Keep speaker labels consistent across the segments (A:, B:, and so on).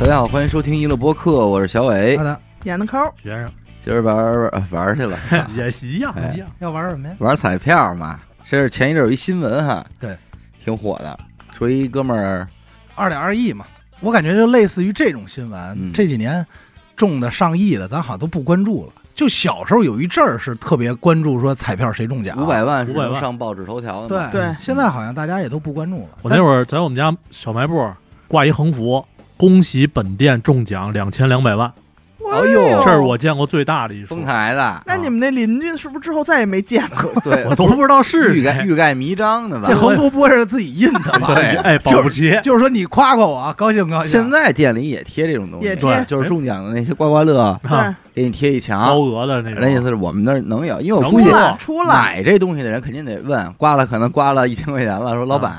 A: 大家好，欢迎收听一乐播客，我是小伟
B: 好。
C: 啊
B: 的，
D: 演的抠儿，
C: 学生
A: 今儿玩儿玩玩儿去 了，
C: 也是一样
A: 哎
C: 一样，
B: 要玩什么呀？
A: 玩彩票嘛。这是前一阵有一新闻哈，
B: 对，
A: 挺火的，说一哥们儿，
B: 二点二亿嘛，我感觉就类似于这种新闻，
A: 嗯
B: 这几年中的上亿的，咱好像都不关注了。就小时候有一阵儿是特别关注说彩票谁中奖，
A: 五百万是
C: 啊500万
A: 能上报纸头条的嘛，
B: 对
D: 对
B: 现在好像大家也都不关注了。
C: 我那会儿在我们家小卖部挂一横幅，恭喜本店中奖两千两百万，
A: 哎呦
D: 哦
C: 这是我见过最大的一数
A: 丰，台的，
D: 那你们那邻居是不是之后再也没见过？
A: 对
C: 我，都不知道是
A: 欲盖
C: 谁。
A: 欲盖弥彰的吧
B: 这？横幅不会是自己印 的吧？
A: 对
C: 哎，保不齐
B: 就是说你夸夸我啊，高兴高兴。
A: 现在店里也贴这种东西，
D: 也贴
A: 就是中奖的那些刮刮乐，
C: 啊，
A: 给你贴一墙
C: 高。额的那
A: 那意思
C: 种，
A: 是我们那儿能有，因为我
C: 能
A: 估
D: 出
A: 计
C: 过
D: 了出了，
A: 买这东西的人肯定得问，刮了可能刮了一千块钱了，说老板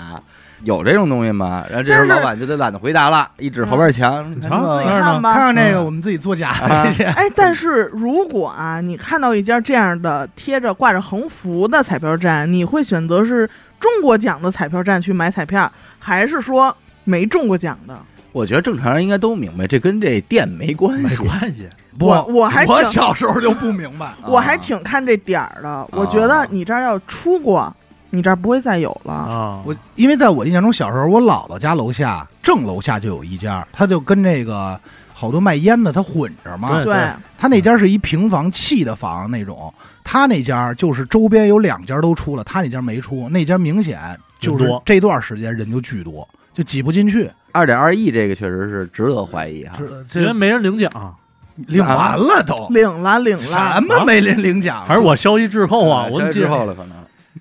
A: 有这种东西吗？然后这时候
D: 啊但是啊
A: 老板就得懒得回答了，一指后边墙，你
C: 你
A: 看
C: 瞧
D: 自己
A: 吧
C: 那儿呢
D: 看
B: 看
D: 吧。
B: 看这个，我们自己作假
A: 啊
B: 去。
D: 哎，但是如果啊，你看到一家这样的贴着挂着横幅的彩票站，你会选择是中过奖的彩票站去买彩票，还是说没中过奖的？
A: 我觉得正常人应该都明白，这跟这店没关
C: 没
A: 系。
C: 关系，
B: 不
D: 我我还
B: 我
D: 挺
B: 小时候就不明白，
D: 我还挺看这点儿的，我觉
A: 啊
D: 得你这儿要出过，你这儿不会再有了。
C: 啊，
B: 我因为在我印象中，小时候我姥姥家楼下正楼下就有一家，他就跟这个好多卖烟的他混着嘛。
C: 对
D: 对，
B: 他那家是一平房砌的房那种，他那家就是周边有两家都出了，他那家没出，那家明显就是
C: 人多
B: 这段时间人就巨多，就挤不进去，
A: 二点二亿这个确实是值得怀疑哈。
B: 这
C: 因为
B: 这
C: 没人领奖，
B: 领完了都。
D: 领了领
B: 什
D: 了，
B: 么没领领奖？
C: 还是我消息滞后啊？我
A: 哎呃消息
C: 怎么记
A: 之
C: 得
A: 后了可能，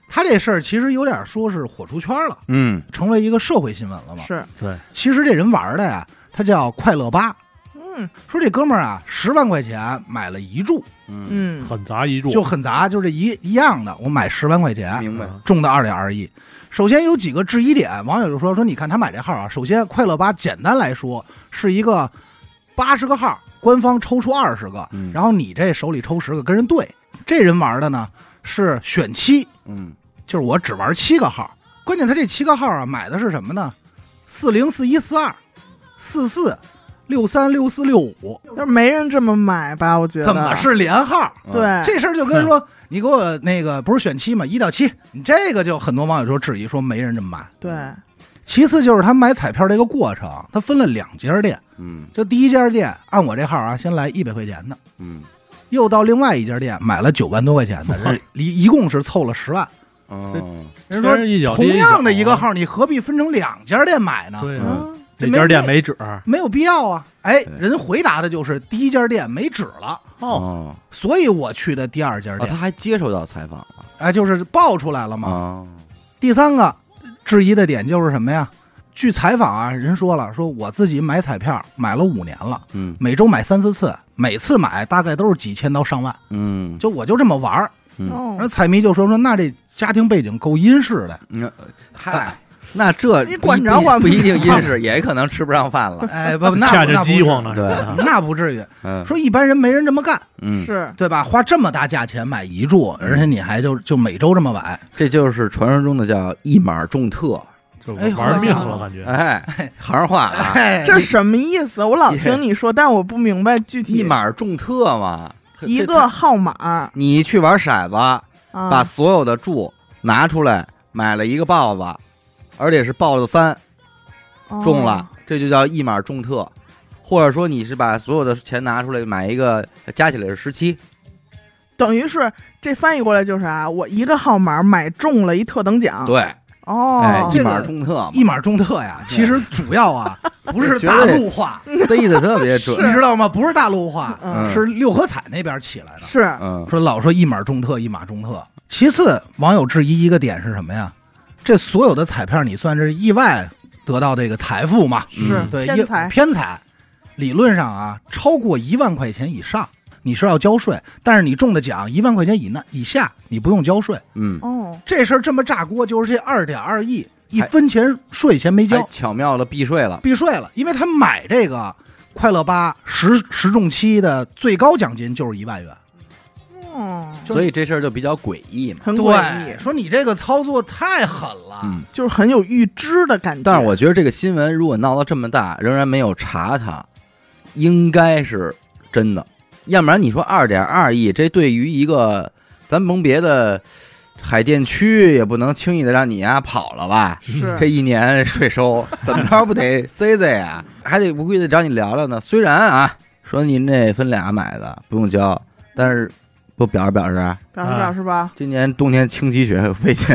B: 他这事儿其实有点说是火出圈了，
A: 嗯，
B: 成为一个社会新闻了嘛。
D: 是，
B: 其实这人玩的呀，他叫快乐吧，
D: 嗯
B: 说这哥们儿啊，十万块钱买了一注，
A: 嗯，
D: 嗯，
C: 很砸一注，
B: 就很杂，就这一一样的，我买十万块
D: 嗯
B: 钱
A: 明白。
C: 嗯
B: 中的二点二亿。首先有几个质疑点，网友就说说你看他买这号啊，首先快乐吧简单来说是一个八十个号，官方抽出二十个，
A: 嗯
B: 然后你这手里抽十个跟人对，这人玩的呢是选七，
A: 嗯，
B: 就是我只玩七个号，关键他这七个号啊买的是什么呢？四零四一四二四四六三六四六五，
D: 就是没人这么买吧？我觉得
B: 怎么是连号？
A: 嗯
D: 对，
B: 这事儿就跟说你给我那个不是选七嘛，一到七，你这个就很多网友说质疑说没人这么买。
D: 对，
A: 嗯
B: 其次就是他买彩票这个过程，他分了两家店，
A: 嗯
B: 就第一家店按我这号啊，先来一百块钱的，
A: 嗯
B: 又到另外一家店买了九万多块钱的，这一一共是凑了十万。
A: 嗯，
B: 人家
C: 天上一脚
B: 说
C: 地
B: 同样的一
C: 脚
B: 个号，你何必分成两家店买呢？
C: 对啊，
D: 嗯
C: 这家店没纸
B: 没有必要啊！哎，
A: 对
B: 人回答的就是第一家店没纸了，
C: 哦，
A: 哦，
B: 所以我去的第二家
A: 哦
B: 店，
A: 他还接受到采访了
B: 哎，就是爆出来了嘛。
A: 啊，
B: 第三个质疑的点就是什么呀？据采访啊，人说了，说我自己买彩票买了五年了，
A: 嗯
B: 每周买三四次，每次买大概都是几千到上万，
A: 嗯，
B: 就我就这么玩儿。
A: 嗯，
B: 然后
D: 哦，
B: 彩迷就说说，那这家庭背景够殷 实的，
A: 那嗨，嗯呃那这
D: 你
A: 不一
D: 管着
A: 不一
D: 管
A: 不
D: 不
A: 一定殷实，也可能吃不上饭了。
B: 哎，不，那
C: 恰
B: 不
C: 着
B: 那不
C: 饥荒呢，
A: 是对
C: 是吧
B: 那不至于。
A: 嗯
B: 说一般人没人这么干，
A: 嗯，
D: 是
B: 对吧？花这么大价钱买一注，而且你还就就每周这么买，
A: 这就是传说中的叫一码中特，
C: 就
B: 哎
C: 玩命了感觉，
A: 哎，行话啊，
B: 哎，
D: 这什么意思？我老听你说，但是我不明白具体
A: 一码中特嘛，
D: 一
A: 这
D: 个嗯号码啊，
A: 你去玩骰子，把所有的注拿出来，买了一个豹子，而且是豹子三
D: 哦
A: 中了，这就叫一码中特。或者说你是把所有的钱拿出来买一个，加起来是十七，
D: 哦，等于是这翻译过来就是啊，我一个号码买中了一特等奖，
A: 对，哎，
D: 啊哦，
A: 一
B: 这
A: 码
B: 个
A: 中特嘛，
B: 一码中特呀。
A: 对
B: 其实主要啊，不是
A: 绝
B: 大
A: 对
B: 陆话，
A: 逮的特别准，
B: 你知道吗？ 不是大陆话，
D: 嗯
B: 是六合彩那边起来的。
D: 是
A: 嗯
B: 说老说一码中特，一码中特。其次，网友质疑一个点是什么呀？这所有的彩票，你算是意外得到这个财富嘛？
D: 是
C: 嗯
B: 对，
D: 偏
B: 一
D: 财
B: 偏财。理论上啊，超过一万块钱以上，你是要交税；但是你中的奖一万块钱以内以下，你不用交税。
A: 嗯，
D: 哦，
B: 这事儿这么炸锅，就是这二点二亿一
A: 还
B: 分钱税钱没
A: 还
B: 交，
A: 哎巧妙的避税了，
B: 避税了，因为他买这个快乐八十十中七的最高奖金就是一万元。
D: 哦，
B: 就
A: 所以这事儿就比较诡异嘛。
D: 很诡
B: 对，
D: 异，
B: 说你这个操作太狠了，
A: 嗯，
D: 就是很有预知的感觉。
A: 但是我觉得这个新闻如果闹到这么大，仍然没有查它，应该是真的。要不然你说二点二亿，这对于一个咱甭别的海淀区，也不能轻易的让你呀、跑了吧？
D: 是
A: 这一年税收怎么着不得贼贼啊？ 还得不规得找你聊聊呢。虽然啊，说您这分俩买的不用交，但是不表示表示啊，
D: 表示表示吧，
A: 今年冬天清积雪费 劲，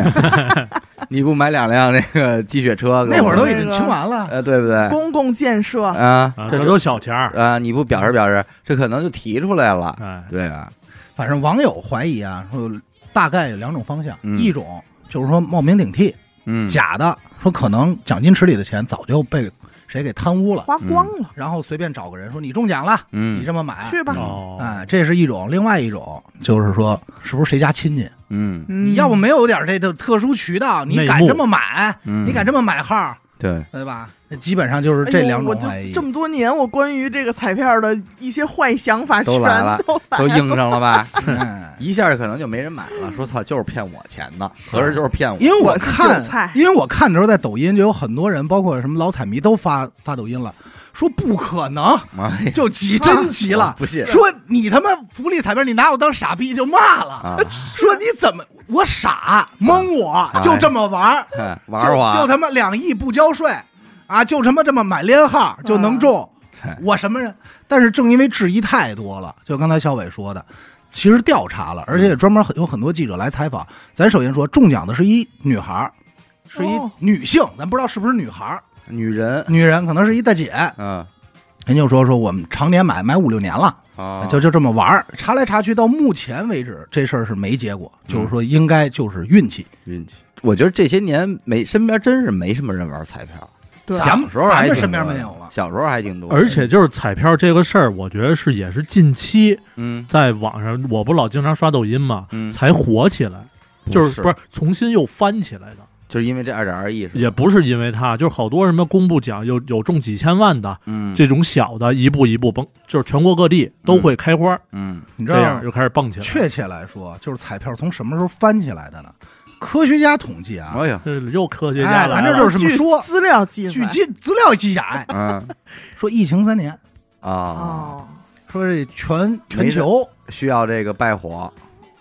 A: 你不买两辆那个积雪车？
B: 那会儿都已经清完了，
A: 呃，对不对？
D: 公共建设
A: 啊
C: 啊，，
A: 这
C: 这
A: 就
C: 都小钱儿，
A: 啊，你不表示表示，这可能就提出来了，
C: 哎，
A: 对啊吧？
B: 反正网友怀疑啊，说大概有两种方向，
A: 嗯
B: 一种就是说冒名顶替，
A: 嗯，
B: 假的，说可能奖金池里的钱早就被谁给贪污了，
D: 花光了，
B: 然后随便找个人说你中奖了，
A: 嗯，
B: 你这么买，
D: 去吧。
C: 哦，
B: 哎，这是一种；另外一种就是说，是不是谁家亲戚？
A: 嗯
D: 嗯
B: 你要不没有点这个特殊渠道，你敢
C: 内幕
B: 这么买，
A: 嗯，
B: 你敢这么买号，
A: 对，
B: 对吧？那基本上就是
D: 哎呦
B: 这两
D: 我
B: 种
D: 就
B: 怀疑
D: 这。么多年，我关于这个彩票的一些坏想法
A: 都
D: 全
A: 来了
D: 都来
A: 都
D: 了。
A: 应上了吧？
B: 嗯
A: 一下可能就没人买了，说操，就是骗我钱
C: 啊
A: 的，合着就是骗我
B: 因。为我
D: 我是
B: 看
D: 韭菜，
B: 因为我看的时候，在抖音就有很多人，包括什么老彩迷都发发抖音了，说不可能，
A: 哎 呀
B: 就急，
D: 啊
B: 真急
A: 我
B: 了，
A: 啊不信
B: 说你他妈福利彩票，你拿我当傻逼就骂了，
A: 啊！
B: 说你怎么我傻蒙我，
A: 啊
B: 就这么玩儿，
A: 哎玩
B: 就
A: 儿我
B: 就
A: 啊，
B: 他妈两亿不交税啊，就他妈这么买连号就能
D: 嗯
B: 中
A: 对，
B: 我什么人？但是正因为质疑太多了，就刚才小伟说的。其实调查了，而且也专门很有很多记者来采访。咱首先说，中奖的是一女孩儿，是一
D: 哦
B: 女性，咱不知道是不是女孩儿，
A: 女人，
B: 女人可能是一大姐。
A: 嗯
B: 人就说说我们常年买，买五六年了，
A: 啊，
B: 就就这么玩儿，查来查去，到目前为止这事儿是没结果，
A: 嗯
B: 就是说应该就是运气。
A: 运气。我觉得这些年没身边真是没什么人玩彩票，
D: 对
B: 咱们
A: 小时候还挺
B: 咱们
A: 多
B: 身边
A: 的
B: 没有了
A: 小时候还挺多的，
C: 而且就是彩票这个事儿，我觉得是也是近期
A: 嗯
C: 在网上，我不老经常刷抖音嘛，
A: 嗯，
C: 才火起来，就是
A: 不
C: 不是重新又翻起来的，
A: 就是因为这二点二亿是吧？
C: 也不是因为它，就是好多什么公布奖有有中几千万的
A: 嗯
C: 这种小的，一步一步蹦，就是全国各地都会开花，
A: 嗯
B: 你知
C: 这
B: 道
C: 样，就开始蹦起来。
B: 确切来说，就是彩票从什么时候翻起来的呢？科学家统计啊，
A: 哎呀，
C: 这又科学家
B: 哎，
C: 来了，
B: 咱这就是这么
D: 据
B: 说，
D: 资料记载
B: 据记资料记载，
A: 嗯
B: 说疫情三年，
A: 啊，
D: 哦，
B: 说这全全球，
A: 需要这个拜火，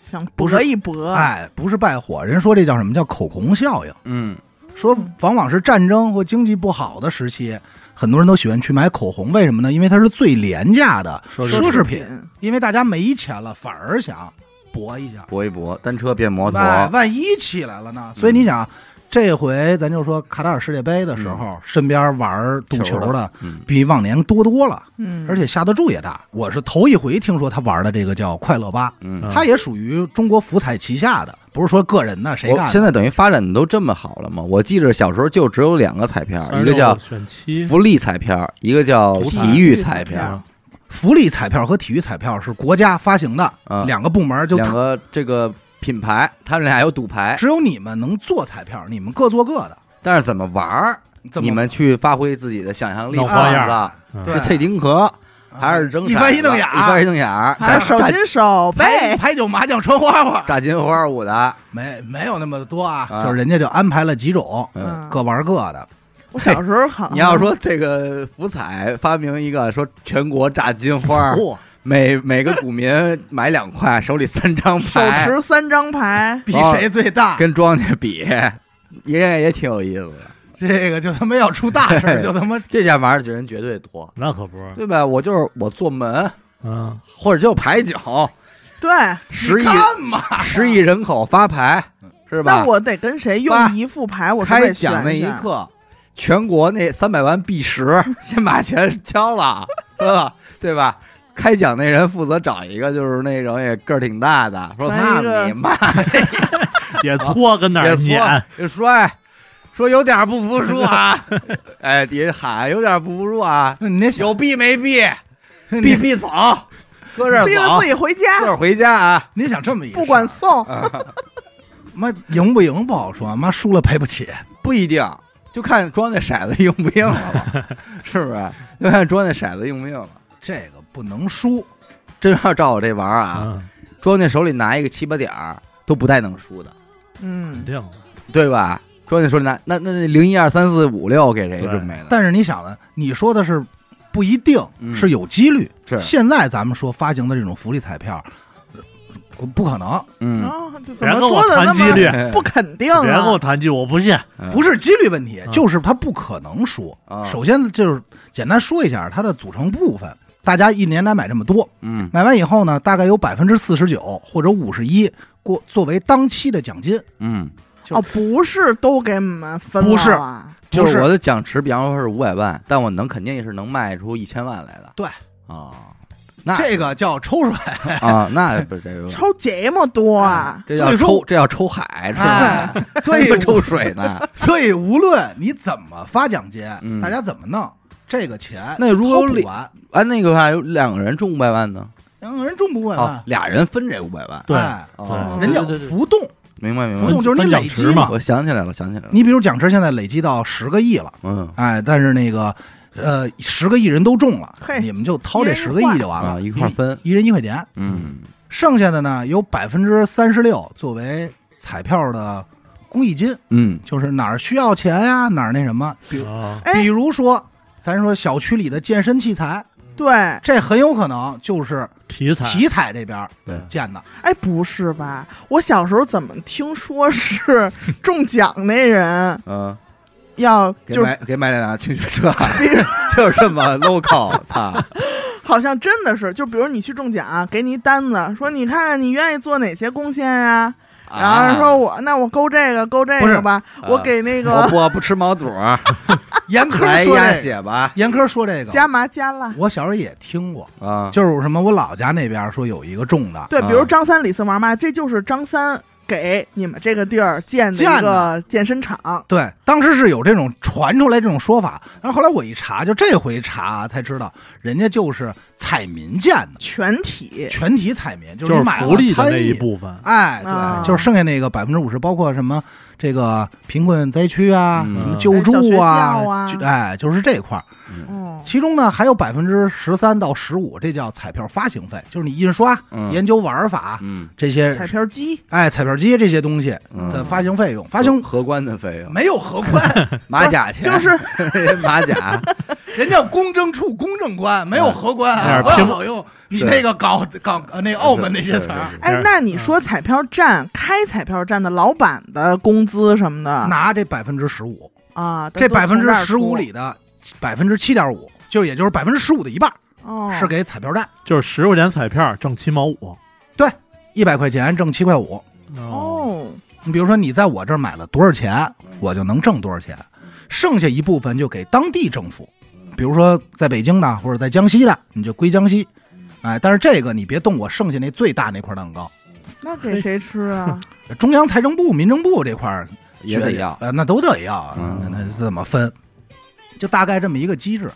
D: 想
B: 不是
D: 搏一搏，
B: 哎，不是败火，人说这叫什么叫口红效应，
A: 嗯
B: 说往往是战争或经济不好的时期，很多人都喜欢去买口红，为什么呢？因为它是最廉价的
C: 奢侈
B: 奢侈
C: 品
B: 品，因为大家没钱了，反而想搏一下，
A: 搏一搏，单车变摩托，
B: 万万一起来了呢？所以你想，这回咱就说卡塔尔世界杯的时候，身边玩赌球
A: 球
B: 的
A: 嗯
B: 比往年多多了，
D: 嗯，
B: 而且下的注也大。我是头一回听说他玩的这个叫快乐吧，
A: 嗯
C: 嗯。
B: 它也属于中国福彩旗下的，不是说个人的谁
A: 我
B: 干
A: 现
B: 的。
A: 在等于发展的都这么好了吗？我记着小时候就只有两个彩票，啊一个叫
C: 选七，
A: 福利彩票，一个叫
C: 足彩
A: 体育彩
D: 彩
A: 票，
B: 福利彩票和体育彩票是国家发行的
A: 啊
B: 两个部门，就
A: 两个这个品牌，他们俩有赌牌，
B: 只有你们能做彩票，你们各做各的。
A: 但是怎么玩儿，
B: 怎么
A: 你们去发挥自己的想象力，
C: 弄
B: 花样
A: 啊
C: 嗯
A: 是脆丁壳还是扔
B: 啊一
A: 骰
B: 翻
A: 子
B: 一瞪眼
A: 一翻一瞪眼儿，炸
D: 还
B: 哎
D: 是手心手
B: 牌
D: 背，
B: 牌九麻将穿花 花，
A: 炸金花二五的，
B: 没没有那么多啊，
A: 啊
B: 就是人家就安排了几种，
A: 嗯，
B: 各玩各的。
D: 我小时候好，
A: 你要说这个福彩发明一个说全国炸金花，
C: 嚯，
A: 每每个股民买两块，手里三张
D: 手
A: 牌，
D: 持三 张牌，
B: 比谁最大，
A: 跟庄家比，应该也挺有意思的。
B: 这个就他妈要出大事儿，
A: 对
B: 就他妈
A: 这家玩儿的人绝对多，
C: 那可不是，
A: 对吧？我就是我坐门，
C: 嗯，
A: 或者就牌九，
D: 对，
A: 十
B: 你
A: 亿
B: 干嘛？
A: 十亿人口发牌是吧
D: 那？我得跟谁
A: 哇
D: 用一副牌，我是
A: 开
D: 得
A: 奖
D: 选
A: 那一
D: 下，
A: 刻，全国那三百万币十先把钱交了，是吧？对吧？开奖那人负责找一个，就是那种也个儿挺大的，说
D: 穿一
A: 那
D: 个
A: 你妈
C: 也搓跟 那儿
A: 也
C: 撵
A: 说，也摔，说有点不服输 啊，哎，底下喊有点不服输啊，
B: 你那小
A: 有币没 币，币币走，搁这儿
D: 逼着
A: 走
D: 自，己回家
A: 自，个儿回家啊。
B: 你想这么一
D: 不管
B: 事
D: 送，
B: 儿妈赢不赢不好说，妈输了赔不起。
A: 不一定，就看庄家骰子硬不硬了吧， 是不是？就看庄家骰子硬不硬了。
B: 这个不能输，
A: 真要照我这玩儿啊，
C: 嗯，
A: 庄家手里拿一个七八点儿都不太能输的，
D: 嗯
C: 肯，定的，
A: 对吧？庄家手里拿那那那零一二三四五六给谁
C: 对
A: 准备了？
B: 但是你想呢，你说的是不一定
A: 嗯
B: 是有几率。
A: 是
B: 现在咱们说发行的这种福利彩票，呃不可能，
A: 嗯，
D: 啊，这怎
C: 别
D: 么
C: 跟我
D: 说的那
C: 谈几率
D: 么，
B: 哎
D: 不肯定
C: 别跟我
D: 啊？
C: 谈几率，我不信。
A: 嗯
B: 不是几率问题，
C: 嗯
B: 就是它不可能输。
A: 啊
B: 首先就是简单说一下它的组成部分，大家一年来买这么多，
A: 嗯
B: 买完以后呢，大概有百分之四十九或者五十一过作为当期的奖金，
A: 嗯，
D: 哦，不是都给我们分
B: 不是
D: 了啊
B: 就
A: 就是我的奖池，比方说是五百万，但我能肯定也是能卖出一千万来的。
B: 对
A: 啊，那
B: 这个叫抽出来。
A: 啊，那不是这个，
D: 抽节目多啊，
A: 这
B: 所
A: 叫
B: 以说
A: 抽，这叫抽海，知道吗？
B: 哎， 所以
A: 抽水 呢。
B: 所以无论你怎么发奖金，
A: 嗯
B: 大家怎么弄，这个钱
A: 那如果有
B: 掏不
A: 两
B: 完，
A: 啊，那个话有两个人中五百万呢，
B: 两个人中不过
A: 哦
B: 万，，
A: 俩人分这五百万。
C: 对，
B: 哎
A: 哦，
B: 人家
A: 对对嗯对
B: 浮动，
A: 明白明
B: 浮
A: 白。
B: 动就是你
C: 分
B: 累
C: 奖
B: 积
C: 池嘛
A: 我想起来了，想起来了。
B: 你比如奖池现在累积到十个亿了，
A: 嗯
B: 哎，但是那个呃十个亿人都中了
D: 嘿，
B: 你们就掏这
D: 一人一
B: 十个亿就完
A: 啊，
B: 了，
A: 一块儿分。
B: 一人一块钱，
A: 嗯
B: 剩下的呢有百分之三十六作为彩票的公益金，
A: 嗯
B: 就是哪儿需要钱呀、哪儿那什么，比如
C: 啊，
D: 哎
B: 比如说。咱说小区里的健身器材，
A: 哎
D: 对，
B: 这很有可能就是
C: 题材
B: 体彩这边
A: 对
B: 建的。
D: 哎，不是吧？我小时候怎么听说是中奖那人
A: 嗯，
D: 要
A: 给
D: 就是
A: 买给买两辆清雪车，啊
D: 比如
A: 就是这么 local，操！啊
D: 好像真的是，就比如你去中奖、给你一单子，说你看看你愿意做哪些贡献呀、然后说
A: 啊
D: 我那我勾这个勾这
B: 不是
D: 个吧，我给那
A: 我
D: 个
A: 不我不吃毛肚儿，
B: 严科
A: 来
B: 说
A: 鸭
B: 这个，
A: 血吧
B: 严科说这
D: 加
B: 个，
D: 麻加辣。
B: 我小时候也听过，
A: 啊！
B: 就是什么我老家那边说有一个种的，
D: 对，
A: 啊
D: 比如张三、李四、王八，这就是张三给你们这个地儿建的一
B: 建
D: 个
B: 的
D: 健身场。
B: 对，当时是有这种传出来这种说法，然后后来我一查，就这回查才知道，人家就是彩民建的，
D: 全体
B: 全体彩民，就
C: 就是是
B: 你买了
C: 福利的
B: 参
C: 那
B: 与
C: 一，部分，
B: 哎，对，
D: 啊
B: 就是剩下那个百分之五十，包括什么这个贫困灾区啊，
A: 嗯
B: 什么救助
D: 哎小学校啊
B: 就哎，就是这块儿。
A: 嗯
D: 哦，
B: 其中呢，还有百分之十三到十五，这叫彩票发行费，就是你印刷、
A: 嗯
B: 研究玩法
A: 嗯
B: 这些，
D: 彩票机
B: 哎，彩票机这些东西
A: 嗯
B: 的发行费用，发行
A: 荷官的费用，
B: 没有荷官，
C: 嗯
A: 马甲钱
D: 就是
A: 马 甲，
B: 人家公证处公证官没有荷官
C: 那
B: 啊，
C: 是
B: 不要
C: 拼
B: 老用你
A: 哎是
B: 那个搞搞呃那澳门那些词
A: 是
B: 儿，，啊
D: 哎，那你
B: 嗯
D: 说彩票站开彩票站的老板的工资什么的
B: 拿这百分之十五，
D: 啊，
B: 这
D: 都
B: 百分
D: 从
B: 之
D: 儿
B: 十五
D: 出
B: 里的百分之七点五，就也就是百分之十五的一半儿
D: 哦
B: 是给彩票站，
C: 就是十块钱彩票挣七毛五。
B: 一百块钱挣七块五。
C: 哦，
D: 哦，
B: 你比如说你在我这儿买了多少钱，我就能挣多少钱，剩下一部分就给当地政府，比如说在北京的或者在江西的，你就归江西。哎，但是这个你别动我剩下那最大那块蛋糕，
D: 那给谁吃啊？
B: 中央财政部、民政部这块儿
A: 也得
B: 觉
A: 要。
B: 呃，那都得要啊，
A: 嗯
B: 那那怎么分？就大概这么一个机制。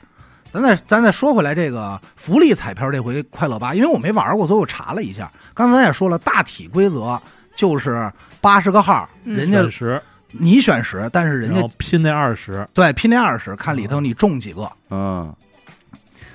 B: 咱再咱再说回来，这个福利彩票这回快乐八，因为我没玩过，所以我查了一下。刚才咱也说了，大体规则就是八十个号，
D: 嗯
B: 人家
C: 选十，
B: 你选十，但是人
C: 然后
B: 家
C: 拼那二十，
B: 对拼那二十，看里头你中几个。
A: 嗯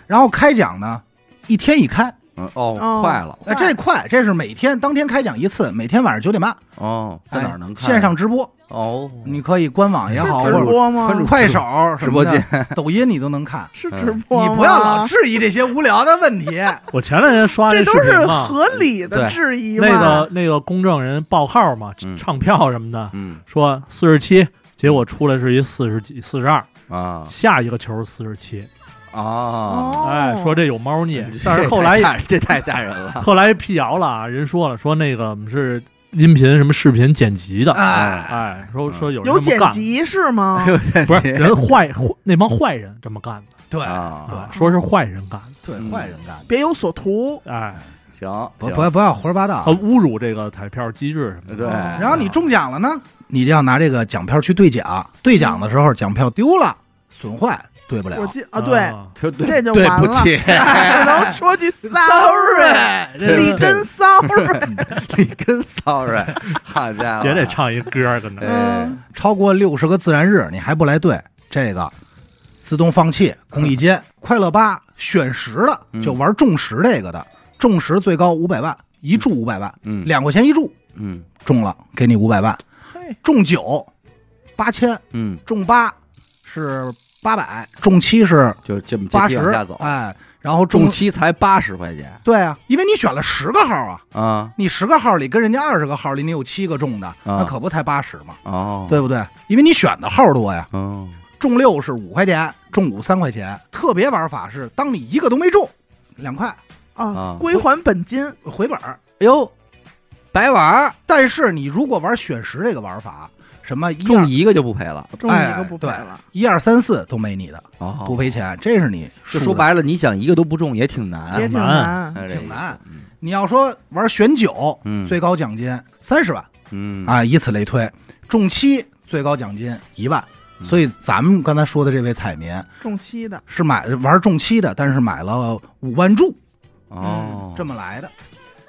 B: 然后开奖呢，一天一开，
A: 嗯
D: 哦
A: 哦，快了
B: 哎，这快，这是每天当天开奖一次，每天晚上九点半，
A: 哦，在哪儿能
B: 哎
A: 看？
B: 线上直播，
A: 哦，
B: 你可以官网也好，
D: 是
B: 或
D: 直
B: 者
D: 播吗
A: 关？注
B: 快手
A: 直
B: 什么
A: 播
B: 的
A: 间，
B: 抖音你都能看。
D: 是
A: 嗯
D: 直播吗
B: 你不要老质疑这些无聊的问 题。哎
C: 我前两天刷
D: 这
C: 一
D: 都
C: 视
D: 是
C: 频嘛，
D: 合理的
A: 对
D: 质疑嘛？
C: 那个那个公证人报号嘛
A: 嗯，
C: 唱票什么的，
A: 嗯
C: 说四十七，结果出来是一四十几、四十二，
A: 啊
C: 下一个球四十七，
A: 啊，
D: 哦，
C: 哎，说这有猫腻，但
A: 这
C: 是
A: 太
C: 后来
A: 吓人这太吓人 了。
C: 后来辟谣了啊，人说了说那个我们是音频什么视频剪辑的，
B: 哎，
A: 嗯
C: 哎，说说有人
D: 有
C: 这么
D: 剪
C: 干，
D: 辑是吗？
C: 不是人坏坏那帮坏人这么干的，
B: 对
A: 啊，
C: 啊说是坏人干
B: 对，
A: 嗯
B: 坏人干的，
D: 别有所图。
C: 的，哎，
A: 行，
B: 不
A: 行
B: 不不要胡说八道
C: 他。侮辱这个彩票机制什么
A: 对。
C: 的，
B: 然后你中奖了呢，你就要拿这个奖票去兑奖，兑奖的时候奖票丢了，损坏兑不了
D: 我。记啊，对，
A: 对对
D: 这就
A: 对
D: 完
A: 不
D: 了
A: 起，
D: 只能说 句 sorry，
A: 对
D: 里根 sorry。
A: 你跟 sorry，好家伙，
C: 也得唱一歌儿跟 那儿。
A: 哎
D: 嗯
B: 超过六十个自然日你还不来兑，这个自动放弃公益金。快乐八选十的
A: 嗯
B: 就玩中十这个的，中十最高五百万，一一注五百万，
A: 嗯
B: 两块钱一注，
A: 嗯
B: 中了给你五百万，
D: 嘿，
B: 中九八千，
A: 嗯，
B: 中八是八百，中七是
A: 就这么阶
B: 八
A: 梯
B: 十
A: 往下，走，嗯
B: 哎，然后
A: 中
B: 中
A: 期才八十块钱
B: 对啊，因为你选了十个号啊，
A: 啊，
B: 你十个号里跟人家二十个号里你有七个中的，那可不才八十嘛，
A: 哦，，
B: 对不对？因为你选的号多呀，
A: 哦，
B: 中六是五块钱，中五三块钱。特别玩法是，当你一个都没中，两块
D: 啊
A: 啊，
D: 归还本金，
B: 回本儿。
A: 哎呦，白玩儿，
B: 但是你如果玩选石这个玩法，什么一
A: 中
B: 二
A: 一个就不赔了，
D: 中一个不赔
B: 哎对
D: 了，
B: 一二三四都没你的，
A: 哦，
B: 不赔钱，这是你
A: 就
B: 输
A: 说
B: 的
A: 白了，你想一个都不中也挺难，
D: 也挺难。
A: 哎
B: 挺难。你要说玩选九，
A: 嗯
B: 最高奖金三十万
A: 嗯
B: 啊，以此类推。中七最高奖金一万，
A: 嗯
B: 所以咱们刚才说的这位彩民
D: 中期的，
B: 是买玩中七的，但是买了五万注，
A: 哦，
B: 嗯这么来的。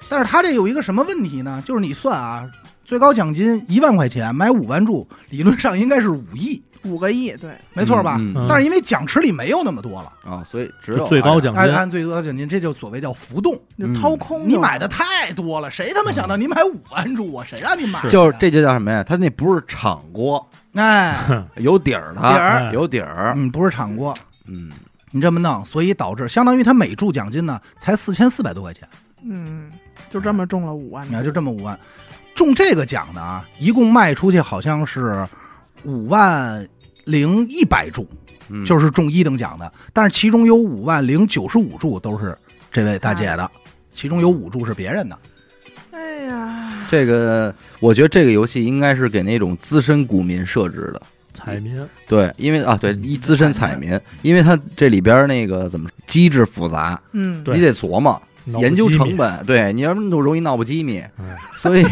B: 但是他这有一个什么问题呢？就是你算啊，最高奖金一万块钱买五万注，理论上应该是五亿，
D: 五个亿，对，
B: 没错吧？
A: 嗯
C: 嗯
B: 但是因为奖池里没有那么多了，
A: 啊，所以只
C: 就
A: 有
C: 最高奖
B: 按
C: 金，
B: 按最高奖金，这就所谓叫浮动。
D: 就掏空就
B: 你买的太多了，谁他妈想到你买五万注啊？谁让你买的？
A: 嗯就是这就叫什么呀？它那不是敞锅，
B: 哎，
A: 有底儿的，
B: 底儿
A: 有底儿，
B: 嗯，不是厂锅，
A: 嗯，
B: 你这么弄，所以导致相当于他每注奖金呢才四千四百多块钱，
D: 嗯，就这么中了五万
B: 你，看就这么五万，中这个奖的啊，一共卖出去好像是五万零一百注，
A: 嗯
B: 就是中一等奖的，但是其中有五万零九十五注都是这位大姐的，其中有五注是别人的，
D: 哎呀，
A: 这个，我觉得这个游戏应该是给那种资深股民设置的。
C: 彩民
A: 对，因为啊，对，一资深彩
C: 嗯
A: 民，因为它这里边儿那个怎么说机制复杂，
D: 嗯，
C: 对
A: 你得琢磨
C: 脑
A: 研究
C: 机
A: 成
C: 敏
A: 本，对，你要不然就容易闹不机密
C: 嗯，
A: 所以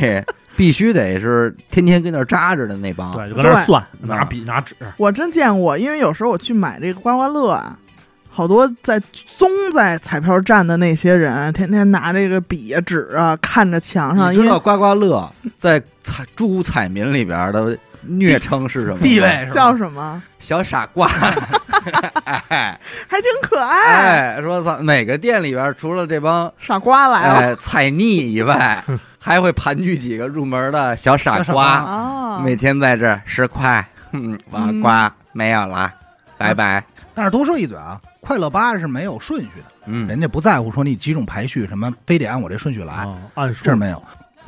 A: 必须得是天天跟那儿扎着的那帮，
C: 对，就搁那儿
D: 对啊
C: 算，
A: 嗯
C: 拿笔拿纸，
D: 我真见过，因为有时候我去买这个刮刮乐啊，好多在宗在彩票站的那些人，啊天天拿这个笔啊、纸啊，看着墙上，
A: 你知
D: 因
A: 道
D: 为
A: 刮刮乐在彩诸彩民里边的虐称是什么吗
B: 地位是
A: 嗯
B: 吧？
D: 叫什么，
A: 小傻 瓜，哎
D: 还挺可爱，
A: 哎，说操哪个店里边除了这帮
D: 傻瓜来了
A: 哎彩腻以外， 还会盘踞几个入门的小傻
B: 嗯小傻
A: 瓜，
D: 啊，
A: 每天在这儿十块，嗯，哇
D: 嗯
A: 瓜没有了，拜
B: 嗯
A: 拜，
B: 但是多说一嘴啊，快乐八是没有顺序的，
A: 嗯
B: 人家不在乎说你几种排序，什么非得按我这顺序来。
C: 啊，按数
B: 这儿没有。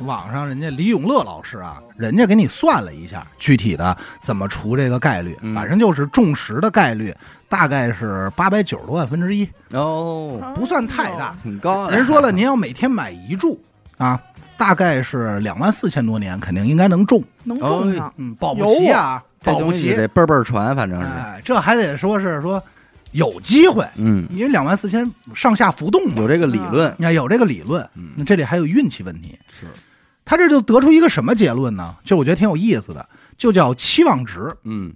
B: 网上人家李永乐老师啊，人家给你算了一下具体的怎么除这个概率，
A: 嗯
B: 反正就是中十的概率大概是八百九十多万分之一，
A: 哦，
B: 不算太大
D: 哦。
A: 挺高的，啊
B: 人说了，您要每天买一注啊，大概是两万四千多年，肯定应该能中。
D: 能中上，
B: 嗯，保不齐啊，
A: 这
B: 保不
A: 东西
B: 齐。
A: 得倍儿倍儿传，反正是，
B: 哎，这还得说是说有机会，
A: 嗯，
B: 因为两万四千上下浮动嘛
A: 有，这个理论，
B: 你看有这个理论。
A: 嗯
B: 那这里还有运气问题。
A: 是，
B: 他这就得出一个什么结论呢？就我觉得挺有意思的，就叫期望值，
A: 嗯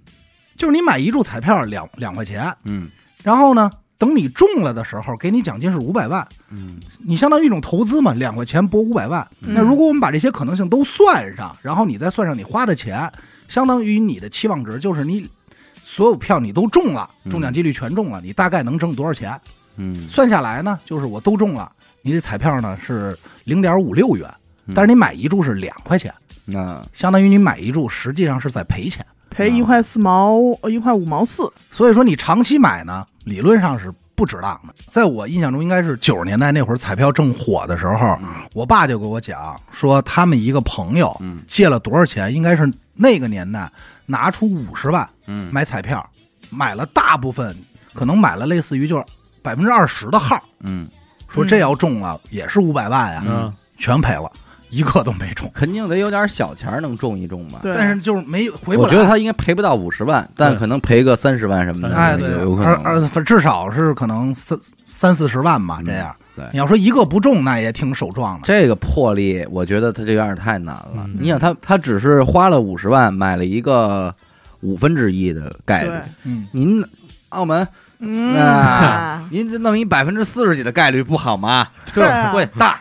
B: 就是你买一注彩票两两块钱，
A: 嗯
B: 然后呢，等你中了的时候，给你奖金是五百万，
A: 嗯
B: 你相当于一种投资嘛，两块钱博五百万。
A: 嗯
B: 那如果我们把这些可能性都算上，然后你再算上你花的钱，相当于你的期望值就是你。所有票你都中了，
A: 嗯
B: 中奖几率全中了，你大概能挣多少钱？
A: 嗯，
B: 算下来呢，就是我都中了，你这彩票呢是零点五六元，
A: 嗯
B: 但是你买一注是两块钱，
A: 那
B: 相当于你买一注实际上是在赔钱。
D: 赔一块四毛，呃一块五毛四，
B: 所以说你长期买呢，理论上是不值当的。在我印象中，应该是九十年代那会儿彩票正火的时候，我爸就给我讲说，他们一个朋友
A: 嗯
B: 借了多少钱，应该是那个年代拿出五十万
A: 嗯
B: 买彩票，买了大部分，可能买了类似于就是百分之二十的号，
A: 嗯，
B: 说这要中了也是五百万呀，
A: 嗯
C: 嗯，
B: 全赔了，一个都没 中。
A: 肯定得有点小钱儿能中一中吧。
D: 对，
B: 但是就是没回不
A: 我
B: 来
A: 觉。得他应该赔不到五十万，但
C: 对
A: 可能赔个三十万什么的，
B: 哎，
A: 有
B: 对，
A: 有可
B: 二
A: 能。
B: 二反至少是可能三三四十万吧，
A: 嗯
B: 这样。
A: 对
B: 你要说一个不中，那也挺手壮的。
A: 这个魄力，我觉得他这有点太难了。
C: 嗯
A: 你想他，他只是花了五十万买了一个五分之一的概率
D: 对，，
B: 嗯，
A: 您澳门，
D: 嗯
A: 啊
D: 啊，
A: 您这弄一百分之四十几的概率不好吗？这
D: 对 啊
A: 会大，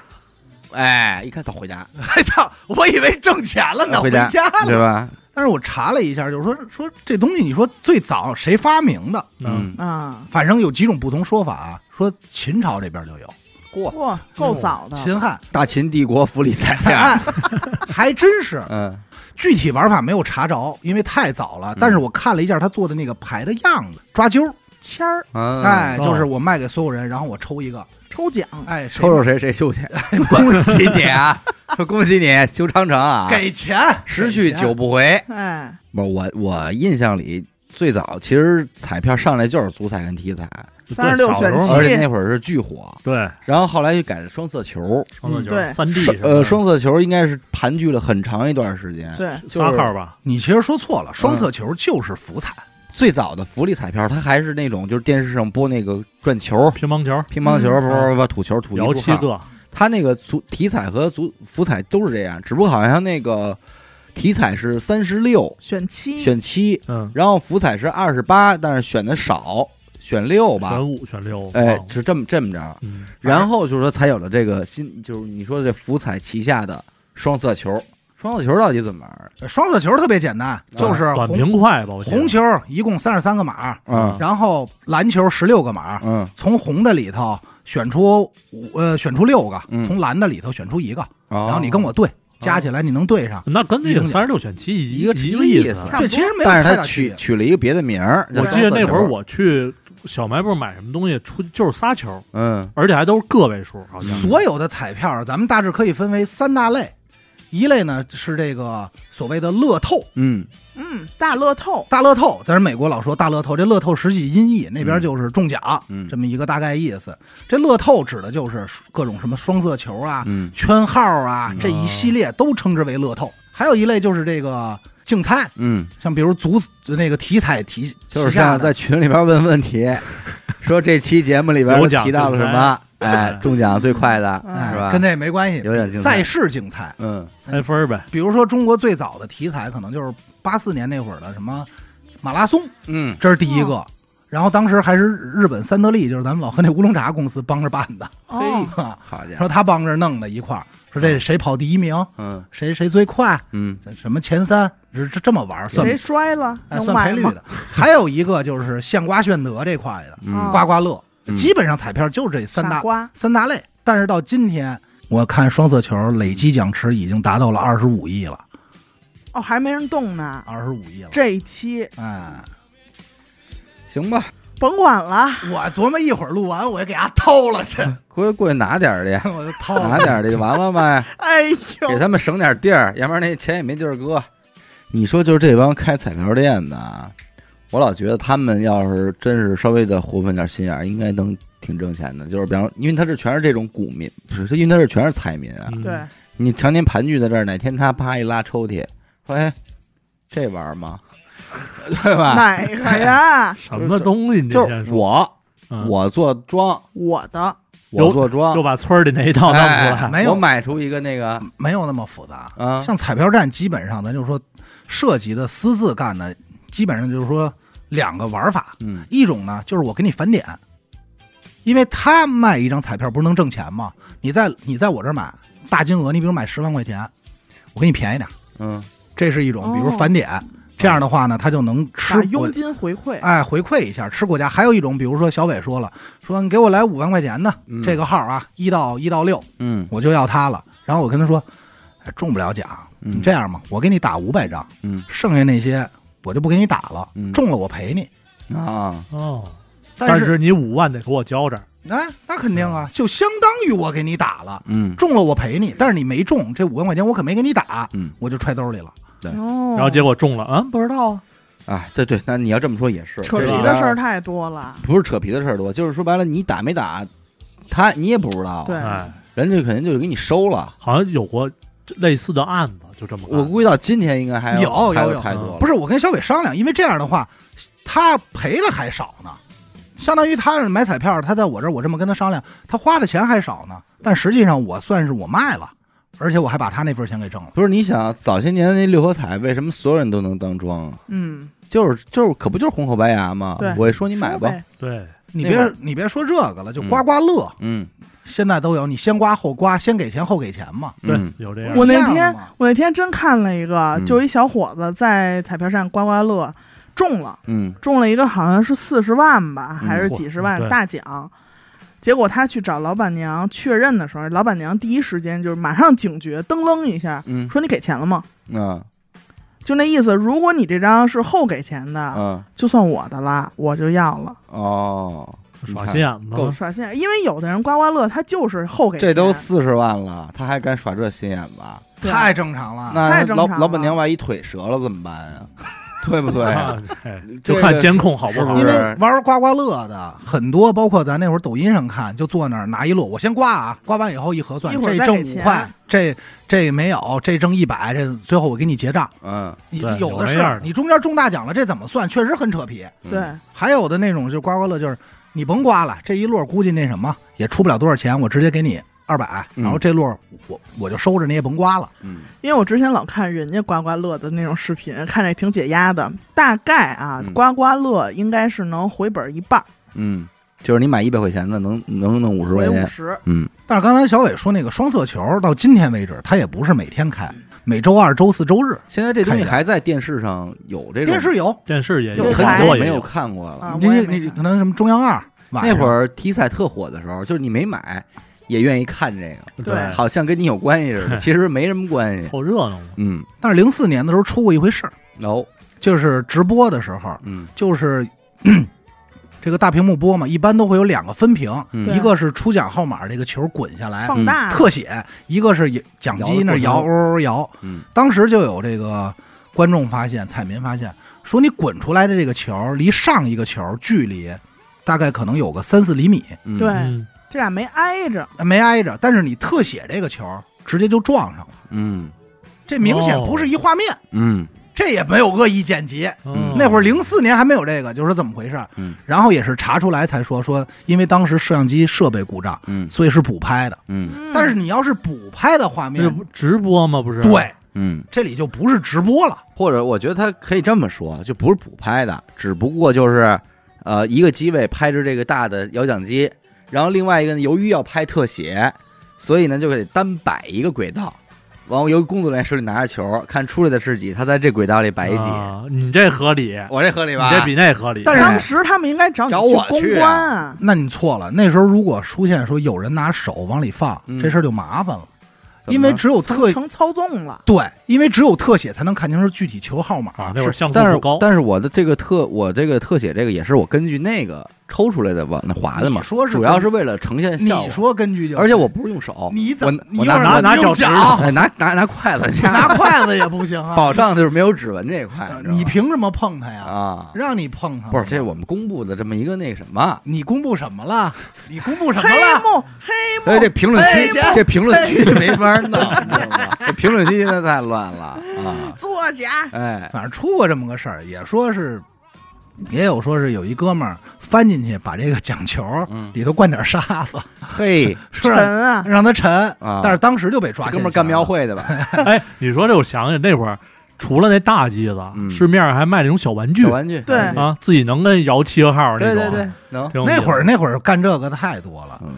A: 哎，一看他回家，
B: 哎操，我以为挣钱了呢，
A: 回
B: 回
A: 家对
D: 啊
B: 了。
A: 吧？
B: 但是我查了一下，就是说说这东西，你说最早谁发明的？
C: 嗯，
A: 嗯
D: 啊，
B: 反正有几种不同说法啊，说秦朝这边就有，
A: 嚯，
D: 哇，够早的，
B: 秦汉
A: 大秦帝国弗里 赛亚，
B: 哎，还真是
A: 嗯
B: 具体玩法没有查着，因为太早了
A: 嗯。
B: 但是我看了一下他做的那个牌的样子，抓阄儿，
D: 签儿
A: 嗯，
B: 哎，
C: 哦
B: 就是我卖给所有人，然后我抽一个，
D: 嗯抽奖，
B: 哎，
A: 抽
B: 谁
A: 抽谁谁修 去，恭喜你啊，恭喜你修长城啊，
B: 给钱，
A: 十去
B: 给钱
A: 九不回。
D: 哎，
A: 不是我我印象里最早其实彩票上来就是足彩跟体彩，
C: 对
D: 36
C: 小时
D: 选
C: 候
D: 七
A: 而且那会儿是巨火，
C: 对，
A: 然后后来又改的双色球，
C: 双色
D: 嗯对
C: 球、三 D
A: 双呃双色球应该是盘踞了很长一段时间。
D: 对，
A: 哎就是
C: 沙号吧，
B: 你其实说错了，双色球就是福彩，
A: 最早的福利彩票，它还是那种就是电视上播那个转球、
C: 乒乓球、
A: 乒乓球，
C: 嗯
A: 不不不不土球、土
C: 摇
A: 泥
C: 七
A: 出号。
C: 个，
A: 它那个足体彩和足福彩都是这样，只不过好像那个体彩是三十六
D: 选七，
A: 选七，
C: 嗯，
A: 然后福彩是二十八，但是选的少，选六吧。
C: 选五选六，
A: 哎
C: 忘，了
A: 是这么这么着，
C: 嗯，
A: 然后就是说才有了这个新，就是你说的这福彩旗下的双色球，双色球到底怎么玩儿？
B: 呃双色球特别简单，
C: 嗯
B: 就是
C: 短
B: 红
C: 平快吧，我记得
B: 红球一共三十三个码，
A: 嗯
B: 然后蓝球十六个码，
A: 嗯
B: 从红的里头选出五呃选出六个
A: 嗯，
B: 从蓝的里头选出一个，
A: 哦，
B: 然后你跟我对，加起来你能对上。
C: 那跟那
B: 一
C: 个
B: 种
C: 三十六选七一
A: 一个
C: 一
A: 一
C: 个
A: 个意
C: 思啊
A: 思。
D: 差不
B: 对，
D: 多
B: 其实没有
A: 但是他
B: 太大区
A: 取
B: 别。
A: 取了一个别的名儿，
C: 我
A: 叫
C: 记得
A: 双色
C: 那会儿
A: 球，
C: 我去小卖部买什么东西，出就是仨球，
A: 嗯
C: 而且还都是个位数，好像
B: 所有的彩票，咱们大致可以分为三大类，一类呢是这个所谓的乐透，
A: 嗯
D: 嗯，大乐透，
B: 大乐透，咱美国老说大乐透，这乐透实际音译那边就是中奖，
A: 嗯
B: 这么一个大概意思。这乐透指的就是各种什么双色球啊、
A: 嗯
B: 圈号啊
A: 嗯
B: 这一系列都称之为乐透。还有一类就是这个竞猜，
A: 嗯，
B: 像比如足那个体彩体，
A: 就是
B: 旗下
A: 像
B: 的
A: 在群里边问问题，说这期节目里边
C: 有奖
A: 提到了什么？哎，中奖最快的，
D: 哎
A: 是吧
B: 跟这没关系，
A: 有点竞
B: 赛
A: 赛，
B: 事竞猜。
A: 嗯
C: 猜分儿呗，
B: 比如说中国最早的体彩可能就是八四年那会儿的什么马拉松，
A: 嗯
B: 这是第一个。然后当时还是日本三得利，就是咱们老喝那乌龙茶公司帮着办的，
D: 哦，
B: 哈
A: 好家伙，
B: 说他帮着弄的一块儿，说这谁跑第一名，
A: 嗯
B: 谁谁最快，
A: 嗯
B: 这什么前三，这这这么玩儿算
D: 谁摔了
B: 哎
D: 能
B: 算
D: 买
B: 赔率
D: 吗？
B: 的。还有一个就是现刮现得这块的
A: 嗯
B: 刮刮乐，
A: 嗯
B: 基本上彩票就这三
D: 哦傻
B: 大
D: 瓜，
B: 三大类。但是到今天，我看双色球累计奖池已经达到了二十五亿了，
D: 哦，还没人动呢。
B: 二十五亿了。
D: 这一期
B: 哎，
A: 行吧，
D: 甭管了，
B: 我琢磨一会儿录完我就给他掏了去，
A: 过去过去拿点儿去，
B: 我就掏了
A: 拿。点儿去就完了呗。
D: 哎呦，
A: 给他们省点地儿，要不然那钱也没地儿搁。你说就是这帮开彩票店的啊，我老觉得他们要是真是稍微的活分点心眼儿，应该能挺挣钱的。就是比方，因为他是全是这种股民，不是，因为他是全是财民啊。
C: 嗯
D: 对，
A: 你常年盘踞在这儿，哪天他啪一拉抽屉，说哎，这玩意儿吗？ 对吧？
D: 哪个呀？
C: 什么东西你这
A: 就
C: 先
A: 是
C: 说，
A: 我，
C: 嗯
A: 我做庄，
D: 我的
A: 我做庄
C: 又，把村儿里那一套弄出
A: 哎
C: 来，
B: 没有
A: 我买出一个那个
B: 没有那么复杂。
A: 啊，
B: 像彩票站，基本上咱就说涉及的私自干的，基本上就是说两个玩法，
A: 嗯
B: 一种呢就是我给你返点，因为他卖一张彩票不是能挣钱吗？你在你在我这儿买大金额，你比如买十万块钱，我给你便宜点，
A: 嗯
B: 这是一种，
D: 哦
B: 比如返点，这样的话呢，他就能吃
D: 把
B: 国
D: 佣金回馈，
B: 哎回馈一下吃国家。还有一种，比如说小伟说了，说你给我来五万块钱的、
A: 嗯
B: 这个号啊，一到一到六，
A: 嗯
B: 我就要它了。然后我跟他说，哎中不了奖，
A: 嗯，
B: 这样吧，我给你打五百张，
A: 嗯
B: 剩下那些我就不给你打了，
A: 嗯
B: 中了我赔你。
A: 啊，
C: 哦，
B: 但
C: 是你五万得给我交这儿，
B: 哎，那肯定啊，就相当于我给你打了，
A: 嗯
B: 中了我赔你，但是你没中，这五万块钱我可没给你打，
A: 嗯。
B: 我就揣兜里了。
D: 然
C: 然后结果中了，嗯，不知道啊，
A: 啊，对对，那你要这么说也是，
D: 扯
A: 这
D: 皮
A: 里
D: 的
A: 边
D: 事儿太多了，
A: 不是扯皮的事儿多，就是说白了，你打没打，他你也不知道，
D: 对
C: 哎，
A: 人家肯定就给你收
B: 啊
A: 了。
C: 好像有过类似的案子，就这么干
A: 我估计到今天应该还
B: 有有
A: 还有
B: 有
A: 太多了，
B: 不是，我跟小伟商量，因为这样的话，他赔的还少呢，相当于他是买彩票，他在我这儿，我这么跟他商量，他花的钱还少呢，但实际上我算是我卖了，而且我还把他那份钱给挣了。
A: 不是你想早些年那六合彩为什么所有人都能当庄啊？
D: 嗯，
A: 就是就是可不就是红口白牙吗
D: 对？
A: 我一说你买
D: 说
A: 吧，
D: 呗，
C: 对，
B: 你
A: 那
B: 别
A: 会儿
B: 你别说这个了，就刮刮乐，
A: 嗯，
B: 现在都有，你先刮后刮，先给钱后给钱嘛。
C: 对
A: 嗯，
C: 有这样
D: 我
B: 一
D: 那
B: 样的
D: 天
B: 嘛
D: 我那天真看了一个，就一小伙子在彩票站刮刮乐中了，
A: 嗯
D: 中了一个好像是四十万吧，
A: 嗯
D: 还是几十万
C: 嚯对
D: 大奖，结果他去找老板娘确认的时候，老板娘第一时间就是马上警觉，噔楞一下，
A: 嗯
D: 说你给钱了吗？
A: 嗯
D: 就那意思，如果你这张是后给钱的，
A: 嗯
D: 就算我的了，我就要了。
A: 哦，你
C: 耍
A: 看
C: 心眼子
A: 够
C: 吗，
D: 耍心眼，因为有的人刮刮乐他就是后给
A: 嗯
D: 钱，
A: 这都四十万了，他还敢耍这心眼子？
D: 对
B: 太正常了。
A: 那
D: 啊太正
A: 老
D: 常了
A: 老板娘万一腿折了怎么办呀？对不对？
C: 啊哎
A: 这
C: 就
A: 个
C: 看监控好不好
A: 是不
B: 因为
A: 是
B: 玩刮刮乐的很多，包括咱那会儿抖音上看，就坐那儿拿一摞，我先刮啊，刮完以后一核算
D: 一，会儿
B: 这
D: 再
B: 挣
D: 给
B: 五
D: 钱
B: 块，这这没有，这挣一百，这最后我给你结账，
A: 嗯，
B: 你
C: 对
B: 有
C: 有
B: 的
C: 这
B: 是
C: 样的，
B: 你中间中大奖了，这怎么算？确实很扯皮。
A: 嗯
D: 对，
B: 还有的那种就是刮刮乐，就是你甭刮了，这一摞估计那什么也出不了多少钱，我直接给你二百，
A: 嗯
B: 然后这摞我我就收着，你也甭刮了。
A: 嗯
D: 因为我之前老看人家刮刮乐的那种视频，看着也挺解压的。大概啊，
A: 嗯
D: 刮刮乐应该是能回本一半儿，
A: 嗯，就是你买一百块钱的，能能弄五十块
D: 回五
A: 钱，
D: 十。
A: 嗯
B: 但是刚才小伟说那个双色球，到今天为止，它也不是每天开，每周二、周四、周日。
A: 现在这东
B: 看一
A: 西
B: 眼
A: 还在电视上有这种，
B: 电视有，
C: 电视也
A: 有
C: 有，
D: 有
A: 很
D: 台
C: 很
A: 久
C: 多
A: 没
C: 也
A: 有看过了。
D: 啊
B: 你
D: 我也
B: 你
D: 没
B: 你
D: 看
B: 可能什么中央二晚
A: 那
B: 上
A: 会儿体彩特火的时候，就是你没买也愿意看这个，
D: 对
A: 好像跟你有关系似的，其实没什么关系。
C: 凑热闹嘛。
A: 嗯，
B: 但是零四年的时候出过一回事儿，
A: 哦，
B: 就是直播的时候，
A: 嗯
B: 就是 咳这个大屏幕播嘛，一般都会有两个分屏，
A: 嗯
D: 对
B: 一个是出奖号码这个球滚下来
D: 放大、
B: 特写，一个是奖
A: 啊摇
B: 机
A: 的
B: 那
A: 过程
B: 摇嗷嗷摇。
A: 嗯
B: 当时就有这个观众发现，彩民发现说你滚出来的这个球离上一个球距离大概可能有个三四厘米，
A: 嗯
D: 对
C: 嗯，
D: 这俩没挨着，
B: 没挨着，但是你特写这个球直接就撞上了，
A: 嗯
B: 这明显
C: 哦
B: 不是一画面。
A: 嗯
B: 这也没有恶意剪辑。
A: 嗯
C: 哦
B: 那会儿零四年还没有这个，就是怎么回事？
A: 嗯，
B: 然后也是查出来才说说，因为当时摄像机设备故障，
A: 嗯
B: 所以是补拍的。
A: 嗯
B: 但是你要是补拍的画
C: 那
B: 面，
C: 不直播吗？不是，
B: 对，
A: 嗯，
B: 这里就不是直播了。
A: 或者我觉得他可以这么说，就不是补拍的，只不过就是呃一个机位拍着这个大的摇奖机，然后另外一个呢，由于要拍特写，所以呢就得单摆一个轨道。完后，由于工作人员手里拿着球，看出来的是几，他在这轨道里摆一几，
C: 啊你这合理，
A: 我这合理
C: 你
A: 吧？
C: 这比那合理。
B: 但是
D: 当时他们应该找你
A: 找我
D: 公
A: 去啊
D: 关啊，
B: 那你错了，那时候如果出现说有人拿手往里放，
A: 嗯
B: 这事儿就麻烦了，
A: 怎么
B: 因为
A: 了
B: 只有特
D: 成成操纵了。
B: 对，因为只有特写才能看清楚具体球号码。
C: 啊，那会儿像素
A: 但
C: 不
A: 是
C: 高，
A: 但是我的这个特，我这个特写这个也是我根据那个抽出来的往那划的嘛
B: 你，说是
A: 主要是为了呈现效
B: 你
A: 果。
B: 说根据就，
A: 而且我不是用手，
B: 你
A: 我
B: 怎么你
A: 我
B: 一会儿
A: 拿
C: 拿拿
B: 你
C: 脚
B: 用
C: 趾
B: 脚，
A: 哎拿拿拿筷子去，
B: 拿筷子也不行啊。
A: 保障就是没有指纹这一块
B: 呃，
A: 知道吗
B: 你凭什么碰它呀？
A: 啊，
B: 让你碰它吗
A: 不是这我们公布的这么一个那个什么，
B: 你公布什 么了？你公布什
D: 黑
B: 么了？
D: 幕黑
A: 所以这评论区
B: 哎
A: 这评论区没法弄， 你知道吗？这评论区现在太乱了啊，
D: 作假，
A: 哎，
B: 反正出过这么个事儿，也说是，也有说是有一哥们儿翻进去，把这个讲球
A: 嗯，
B: 里头灌点沙子，
A: 嘿，
B: 是
D: 沉
B: 吧
D: 啊，
B: 让他沉
A: 啊，
B: 但是当时就被抓
A: 这哥们
B: 现行了。
A: 儿干庙会的吧，
C: 哎，你说这我想起那会儿，除了那大机子，
A: 嗯
C: 市面上还卖那种小玩具
A: 小玩具，嗯
D: 对玩具
C: 啊，自己能跟摇七个号那
A: 对
C: 种。
A: 对对，能，
C: 挺有意思
B: 那会儿那会儿干这个的太多了。
A: 嗯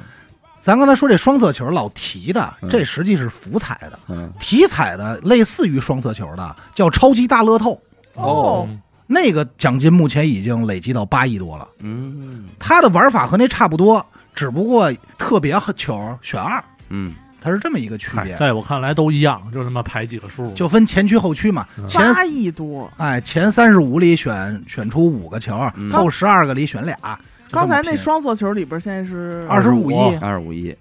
B: 咱刚才说这双色球老提的，
A: 嗯
B: 这实际是福彩的，
A: 嗯，
B: 体彩的类似于双色球的叫超级大乐透，
A: 哦，
C: 嗯
B: 那个奖金目前已经累积到八亿多了。
A: 嗯
B: 它的玩法和那差不多，只不过特别球选二，
A: 嗯
B: 它是这么一个区
C: 嗨
B: 别，
C: 哎在我看来都一样，就他妈排几个数，
B: 就分前区后区嘛。
C: 嗯
B: 前
D: 八亿多。
B: 哎前三十五里选选出五个球，
A: 嗯
B: 后十二个里选俩。就这
D: 刚
B: 么
D: 才
B: 拼
D: 那双色球里边现在是
B: 二十五亿，
A: 二十五亿，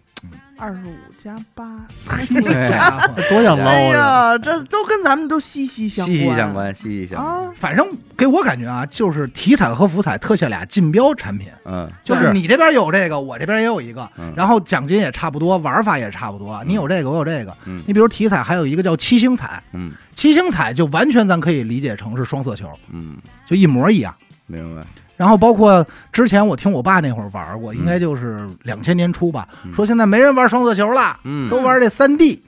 D: 二十五加八，
A: 哎
B: 这家 伙，
C: 多想
D: 哎
C: 捞啊呀！
D: 呀，这都跟咱们都息息相
A: 息息相关，息息相关，
D: 啊！
B: 反正给我感觉啊，就是体彩和福彩特效俩竞标产品，
A: 嗯
B: 就是你这边有这个，我这边也有一个，
A: 嗯，
B: 然后奖金也差不多，玩法也差不多，你有这个，我有这个。
A: 嗯
B: 你比如体彩还有一个叫七星彩，
A: 嗯
B: 七星彩就完全咱可以理解成是双色球，
A: 嗯，
B: 就一模一样。
A: 明白，
B: 然后包括之前我听我爸那会儿玩过，应该就是两千年初吧，
A: 嗯
B: 说现在没人玩双色球了，
A: 嗯，哦
B: 都玩这三 D，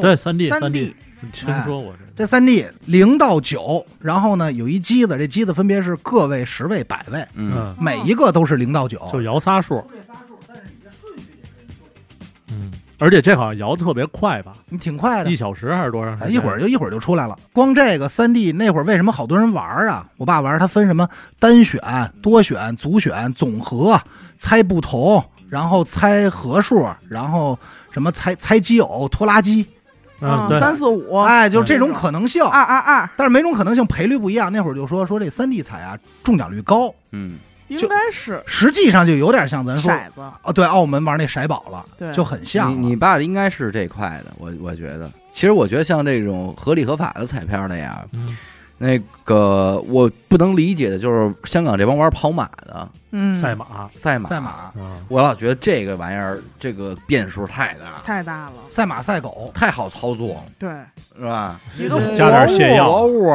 C: 对，三 D
D: 三
C: D，听说过这
B: 这三 D 零到九，然后呢有一机子，这机子分别是个位、十位、百位，
A: 嗯
C: 个，
B: 每一个都是零到九，
C: 嗯，就摇仨数。嗯，而且这好像摇得特别快吧？
B: 你挺快的
C: 一。小时还是多长时
B: 哎
C: 间？
B: 一会儿就一会儿就出来了。光这个三 D 那会儿为什么好多人玩啊？我爸玩，他分什么单选、多选、组选、总和、猜不同、然后猜合数，然后什么猜猜基偶、拖拉机，
C: 嗯，
D: 嗯，
C: 对，
D: 三四五，二
B: 哎，就这种可能性。
D: 二二，
B: 但是每种可能性赔率不一样。那会儿就说说这三 D 彩啊，中奖率高，
A: 嗯，
D: 应
B: 就
D: 该是
B: 实际上就有点像咱说
D: 骰子，
B: 哦，对，澳门玩那骰宝了，
D: 对
B: 就很像啊了
A: 你你爸应该是这块的，我我觉得。其实我觉得像这种合理合法的彩票的呀，
C: 嗯，
A: 那个我不能理解的就是香港这帮玩跑马的
D: 嗯，
C: 赛马，啊
A: 赛马，
B: 赛马、
C: 嗯，
A: 我老觉得这个玩意儿这个变数太大，
D: 太大了，
B: 赛马、赛狗，
A: 太好操作，
D: 对，
A: 是吧？
D: 一个
C: 加点泻药
A: 活物，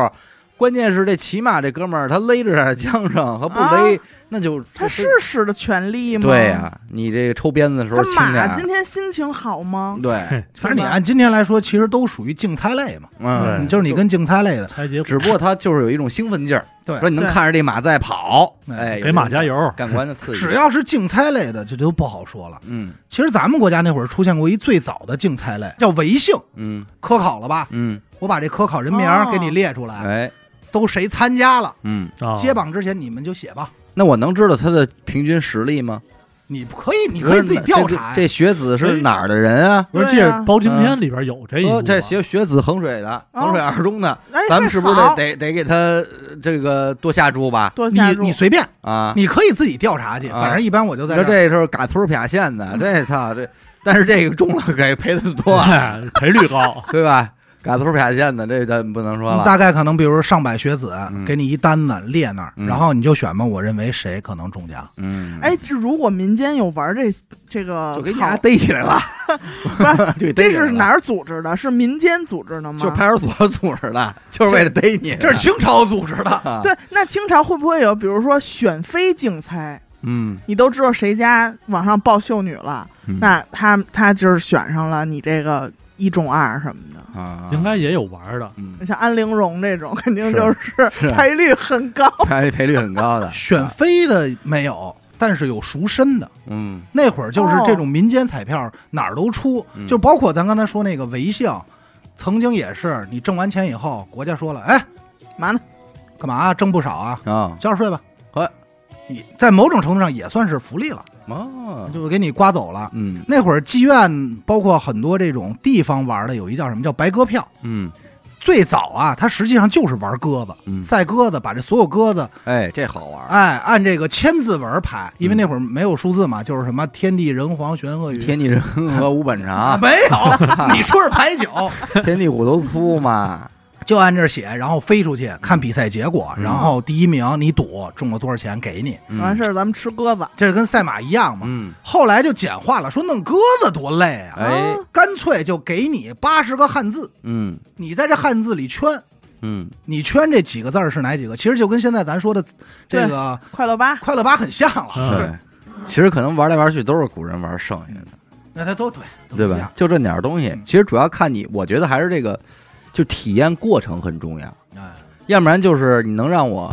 A: 关键是这骑马这哥们儿他勒着点缰绳，和不勒、那就
D: 他是使的权利吗？
A: 对呀、你这个抽鞭子的时候
D: 他
A: 轻点
D: 马今
A: 儿，
D: 天心情好吗？
A: 对，
B: 反正你按今天来说，其实都属于竞猜类嘛，
A: 嗯
C: 对。
B: 嗯就是你跟竞猜类的，
C: 猜结果
A: 只不过他就是有一种兴奋劲儿，
B: 对
A: 说你能
D: 对
A: 看着这马在跑，
B: 嗯
A: 哎，有
C: 给马加油，
A: 这种感官的刺激，
B: 只要是竞猜类的，这就不好说了。
A: 嗯
B: 其实咱们国家那会儿出现过一最早的竞猜类，叫维姓
A: 嗯
B: 科考了吧？
A: 嗯，
B: 我把这科考人名儿给你
D: 哦
B: 列出来，
A: 哎
B: 都谁参加了？
A: 嗯，
C: 啊
B: 揭榜之前你们就写吧，
A: 那我能知道他的平均实力吗？
B: 你可以，你可以自己调查呀。
A: 这这学子是哪儿的人啊？
C: 不是，
D: 对
C: 这
D: 啊
C: 《包青天》里边有这一幕啊
A: 哦，
C: 吧，
A: 这学学子衡水的，
D: 哦
A: 衡水二中的，
D: 哎，
A: 咱们是不是
D: 还
A: 得
D: 好
A: 得得给他呃这个多下注吧？
D: 多加入
B: 你你随便，
A: 啊，
B: 你可以自己调查去，
A: 啊
B: 反正一般我就
A: 你
B: 在
A: 说
B: 这儿。
A: 这时候嘎村儿撇线的，这操这，但是这个中了给赔的多 啊，，
C: 哎 赔率高
A: 对吧？嘎村儿撇线的，这咱不能说了。
B: 大概可能比如上百学子
A: 嗯
B: 给你一单子列那儿，
A: 嗯
B: 然后你就选吧，我认为谁可能中奖。
A: 嗯，
D: 哎，，这如果民间有玩这这个
A: 就给你
D: 考
A: 俩逮起来了， 对，逮
D: 这
A: 起来
D: 是
A: 了
D: 哪？儿组织的？是民间组织的吗？
A: 就派出所组织的，就是为了逮你的。
B: 这是清朝组织的，
A: 啊，
D: 对，那清朝会不会有，比如说选妃竞猜？
A: 嗯，
D: 你都知道谁家往上报秀女了，
A: 嗯
D: 那他他就是选上了你这个一中二什么的。
A: 啊，
C: 应该也有玩的，啊
A: 嗯
D: 你像安陵容这种，肯定
A: 是啊
D: 就是
A: 是
D: 赔率很高。
A: 赔赔率很高的
B: 选妃的没有，但是有赎身的。
A: 嗯
B: 那会儿就是这种民间彩票哪儿都出，
A: 嗯
B: 就包括咱刚才说那个维姓，曾经也是你挣完钱以后，国家说了，哎，
D: 嘛呢？
B: 干嘛啊挣不少啊，
A: 啊
B: 交点税吧。
A: 哎，
B: 你在某种程度上也算是福利了，
A: 哦，
B: 就给你刮走了。
A: 嗯
B: 那会儿妓院包括很多这种地方玩的，有一叫什么叫白鸽票。
A: 嗯
B: 最早啊，它实际上就是玩鸽子，
A: 嗯，
B: 赛鸽子，把这所有鸽子，
A: 哎，这好玩儿，
B: 哎，按这个千字文排，因为
A: 嗯
B: 那会儿没有数字嘛，就是什么天地人皇玄鹤云。
A: 天地人和吴本
B: 啊，
A: 长，
B: 没 有，你说是牌九，
A: 天地虎头粗嘛，
B: 就按这写，然后飞出去看比赛结果，
A: 嗯
B: 然后第一名你赌中了多少钱给你，
A: 嗯
D: 完事儿咱们吃鸽子。
B: 这跟赛马一样嘛。
A: 嗯，
B: 后来就简化了，说弄鸽子多累啊，
A: 哎，
B: 干脆就给你八十个汉字，
A: 嗯
B: 你在这汉字里圈，
A: 嗯
B: 你圈这几个字儿是哪几个？其实就跟现在咱说的这个
D: 快乐吧，
B: 快乐吧很像了，
C: 嗯
A: 对，其实可能玩来玩去都是古人玩剩下的，
B: 那它都对，都
A: 对
B: 一样
A: 吧？就这点儿东西，其实主要看你，我觉得还是这个，就体验过程很重要，
B: 哎，
A: 要不然就是你能让我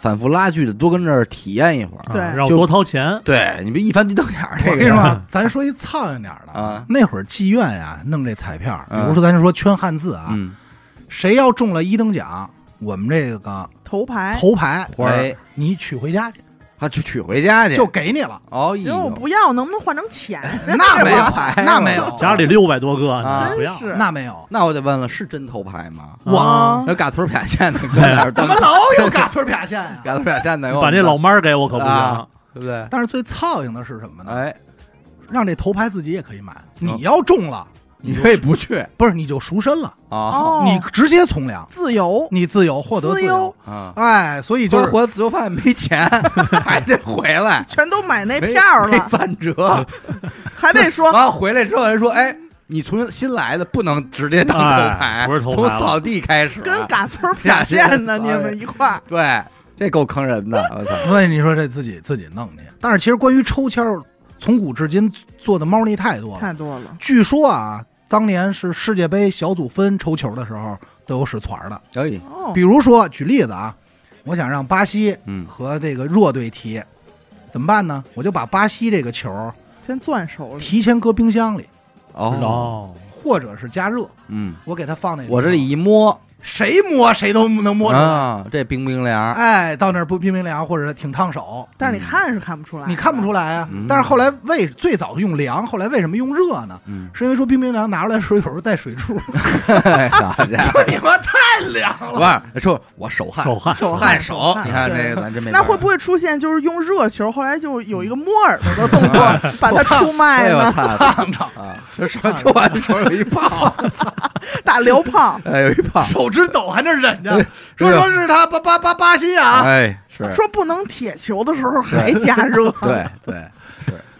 A: 反复拉锯的多跟这儿体验一会儿，
C: 啊
D: 对
C: 让我多掏钱，
A: 对你别一翻地瞪眼儿，
B: 我
A: 这
B: 跟你说
A: 个
B: 啊，咱说一苍蝇点儿的
A: 啊
B: 那会儿妓院呀、弄这彩票，比
A: 嗯
B: 如说咱就说圈汉字啊，
A: 嗯，
B: 谁要中了一等奖，我们这个
D: 头牌，
B: 头牌
C: 花儿
A: 哎，
B: 你取回家去，
A: 他去取回家去，
B: 就给你了。
A: 哦，
D: 因为我不要，能不能换成钱？
B: 那没有
A: 头牌，
B: 那没有，
C: 家里六百多个，
A: 啊
C: 你不
D: 真
C: 要，
D: 是
B: 那没有。
A: 那我得问了，是真头牌吗？
D: 啊
C: 啊，
A: 那嘎村儿撇线的搁那儿
B: 怎
A: 当
B: 么，老有嘎村撇线 呀？
A: 嘎村儿撇线的，
C: 把那老妈儿给我可不
A: 啊
C: 行，
A: 对不对？
B: 但是最操心的是什么呢？
A: 哎，
B: 让这头牌自己也可以买。你要中了，
A: 你
B: 就
A: 可以不去
B: 不是你就赎身了，
A: 啊
D: 哦，
B: 你直接从良，
D: 自由，
B: 你自由获得
D: 自
B: 自
D: 由
B: 由。
A: 啊！
B: 哎，所以
A: 就
B: 就是是
A: 活自由发现没钱，还得回来，
D: 全都买那
A: 没
D: 票
A: 没
D: 了，
A: 翻折，
D: 还得说
A: 然后回来之后人说，哎，你从新来的不能直接当头牌，
C: 哎不是头牌
A: 从
C: 了
A: 扫地开始，
D: 跟嘎村儿
A: 俩
D: 撇线呢，
A: 线
D: 你们一块儿。
A: 对，这够坑人的，我操！
B: 所以你说这自己自己弄去。但是其实关于抽签儿，从古至今做的猫腻太多了。
D: 太多了，
B: 据说啊，当年是世界杯小组分抽球的时候都有使团儿的。
A: 哎，
D: 哦
B: 比，如说，举例子啊，我想让巴西
A: 嗯
B: 和这个弱队踢，怎么办呢？我就把巴西这个球
D: 先攥手里，
B: 提前搁冰箱里，
A: 哦，
C: 哦，
B: 或者是加热，
A: 嗯，
B: 我给它放那里头。
A: 我这里一摸，
B: 谁摸谁都能摸出来。
A: 啊，这冰冰凉，
B: 哎，到那儿不冰冰凉，或者挺烫手，
D: 但是你看是看不出来，
B: 你看不出来啊。
A: 嗯
B: 但是后来为最早用凉，后来为什么用热呢？
A: 嗯，
B: 是因为说冰冰凉拿出来的时候有时候带 水柱，
A: 哎好家伙，
B: 说你妈太凉
A: 不
B: 了。
A: 是说我手汗
C: 手汗，
D: 手
A: 汗
D: 手
A: 手，
D: 汗
A: 你看
D: 对
A: 这个咱真没法
D: 那
A: 儿。
D: 会不会出现就是用热球，后来就有一个摸耳朵的动作把它出卖
A: 哎呦我
D: 呢？
A: 操！
B: 烫着，
A: 啊，就手就完手有一泡，
D: 打辽炮，
A: 哎，有一泡，
B: 手指抖还那忍着
A: 哎对，
B: 说说是他巴巴巴巴西啊。
A: 哎，是，
D: 说不能铁球的时候还加热，
A: 对 对，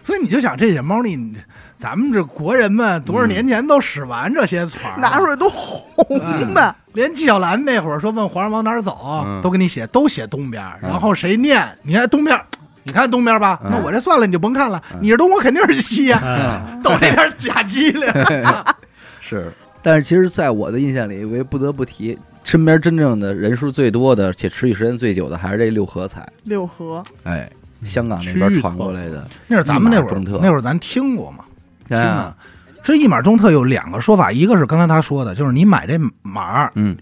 B: 所以你就想这野猫腻，咱们这国人们多少年前都使完这些词儿，啊
A: 嗯
D: 拿出来都红的。
B: 连纪晓岚那会儿说问皇上往哪儿走，
A: 嗯
B: 都给你写都写东边儿，
A: 嗯
B: 然后谁念？你看东边儿，你看东边儿吧，
A: 嗯
B: 那我这算了，你就甭看了
A: 嗯，
B: 你是东，我肯定是西呀，
C: 哎
B: 抖这点假机灵。
A: 嗯 是。但是其实，在我的印象里，为不得不提，身边真正的人数最多的且持续时间最久的，还是这六合彩。
D: 六合
A: 哎，
C: 嗯
A: 香港那
C: 区
A: 边
C: 域
A: 传过
C: 特色
A: 来的，
B: 那是咱们那
A: 一
B: 会
A: 码中
B: 儿
A: 特，
B: 那会儿咱听过嘛？听
A: 哎呀
B: 的。这一码中特有两个说法，一个是刚才他说的，就是你买这码儿
A: 嗯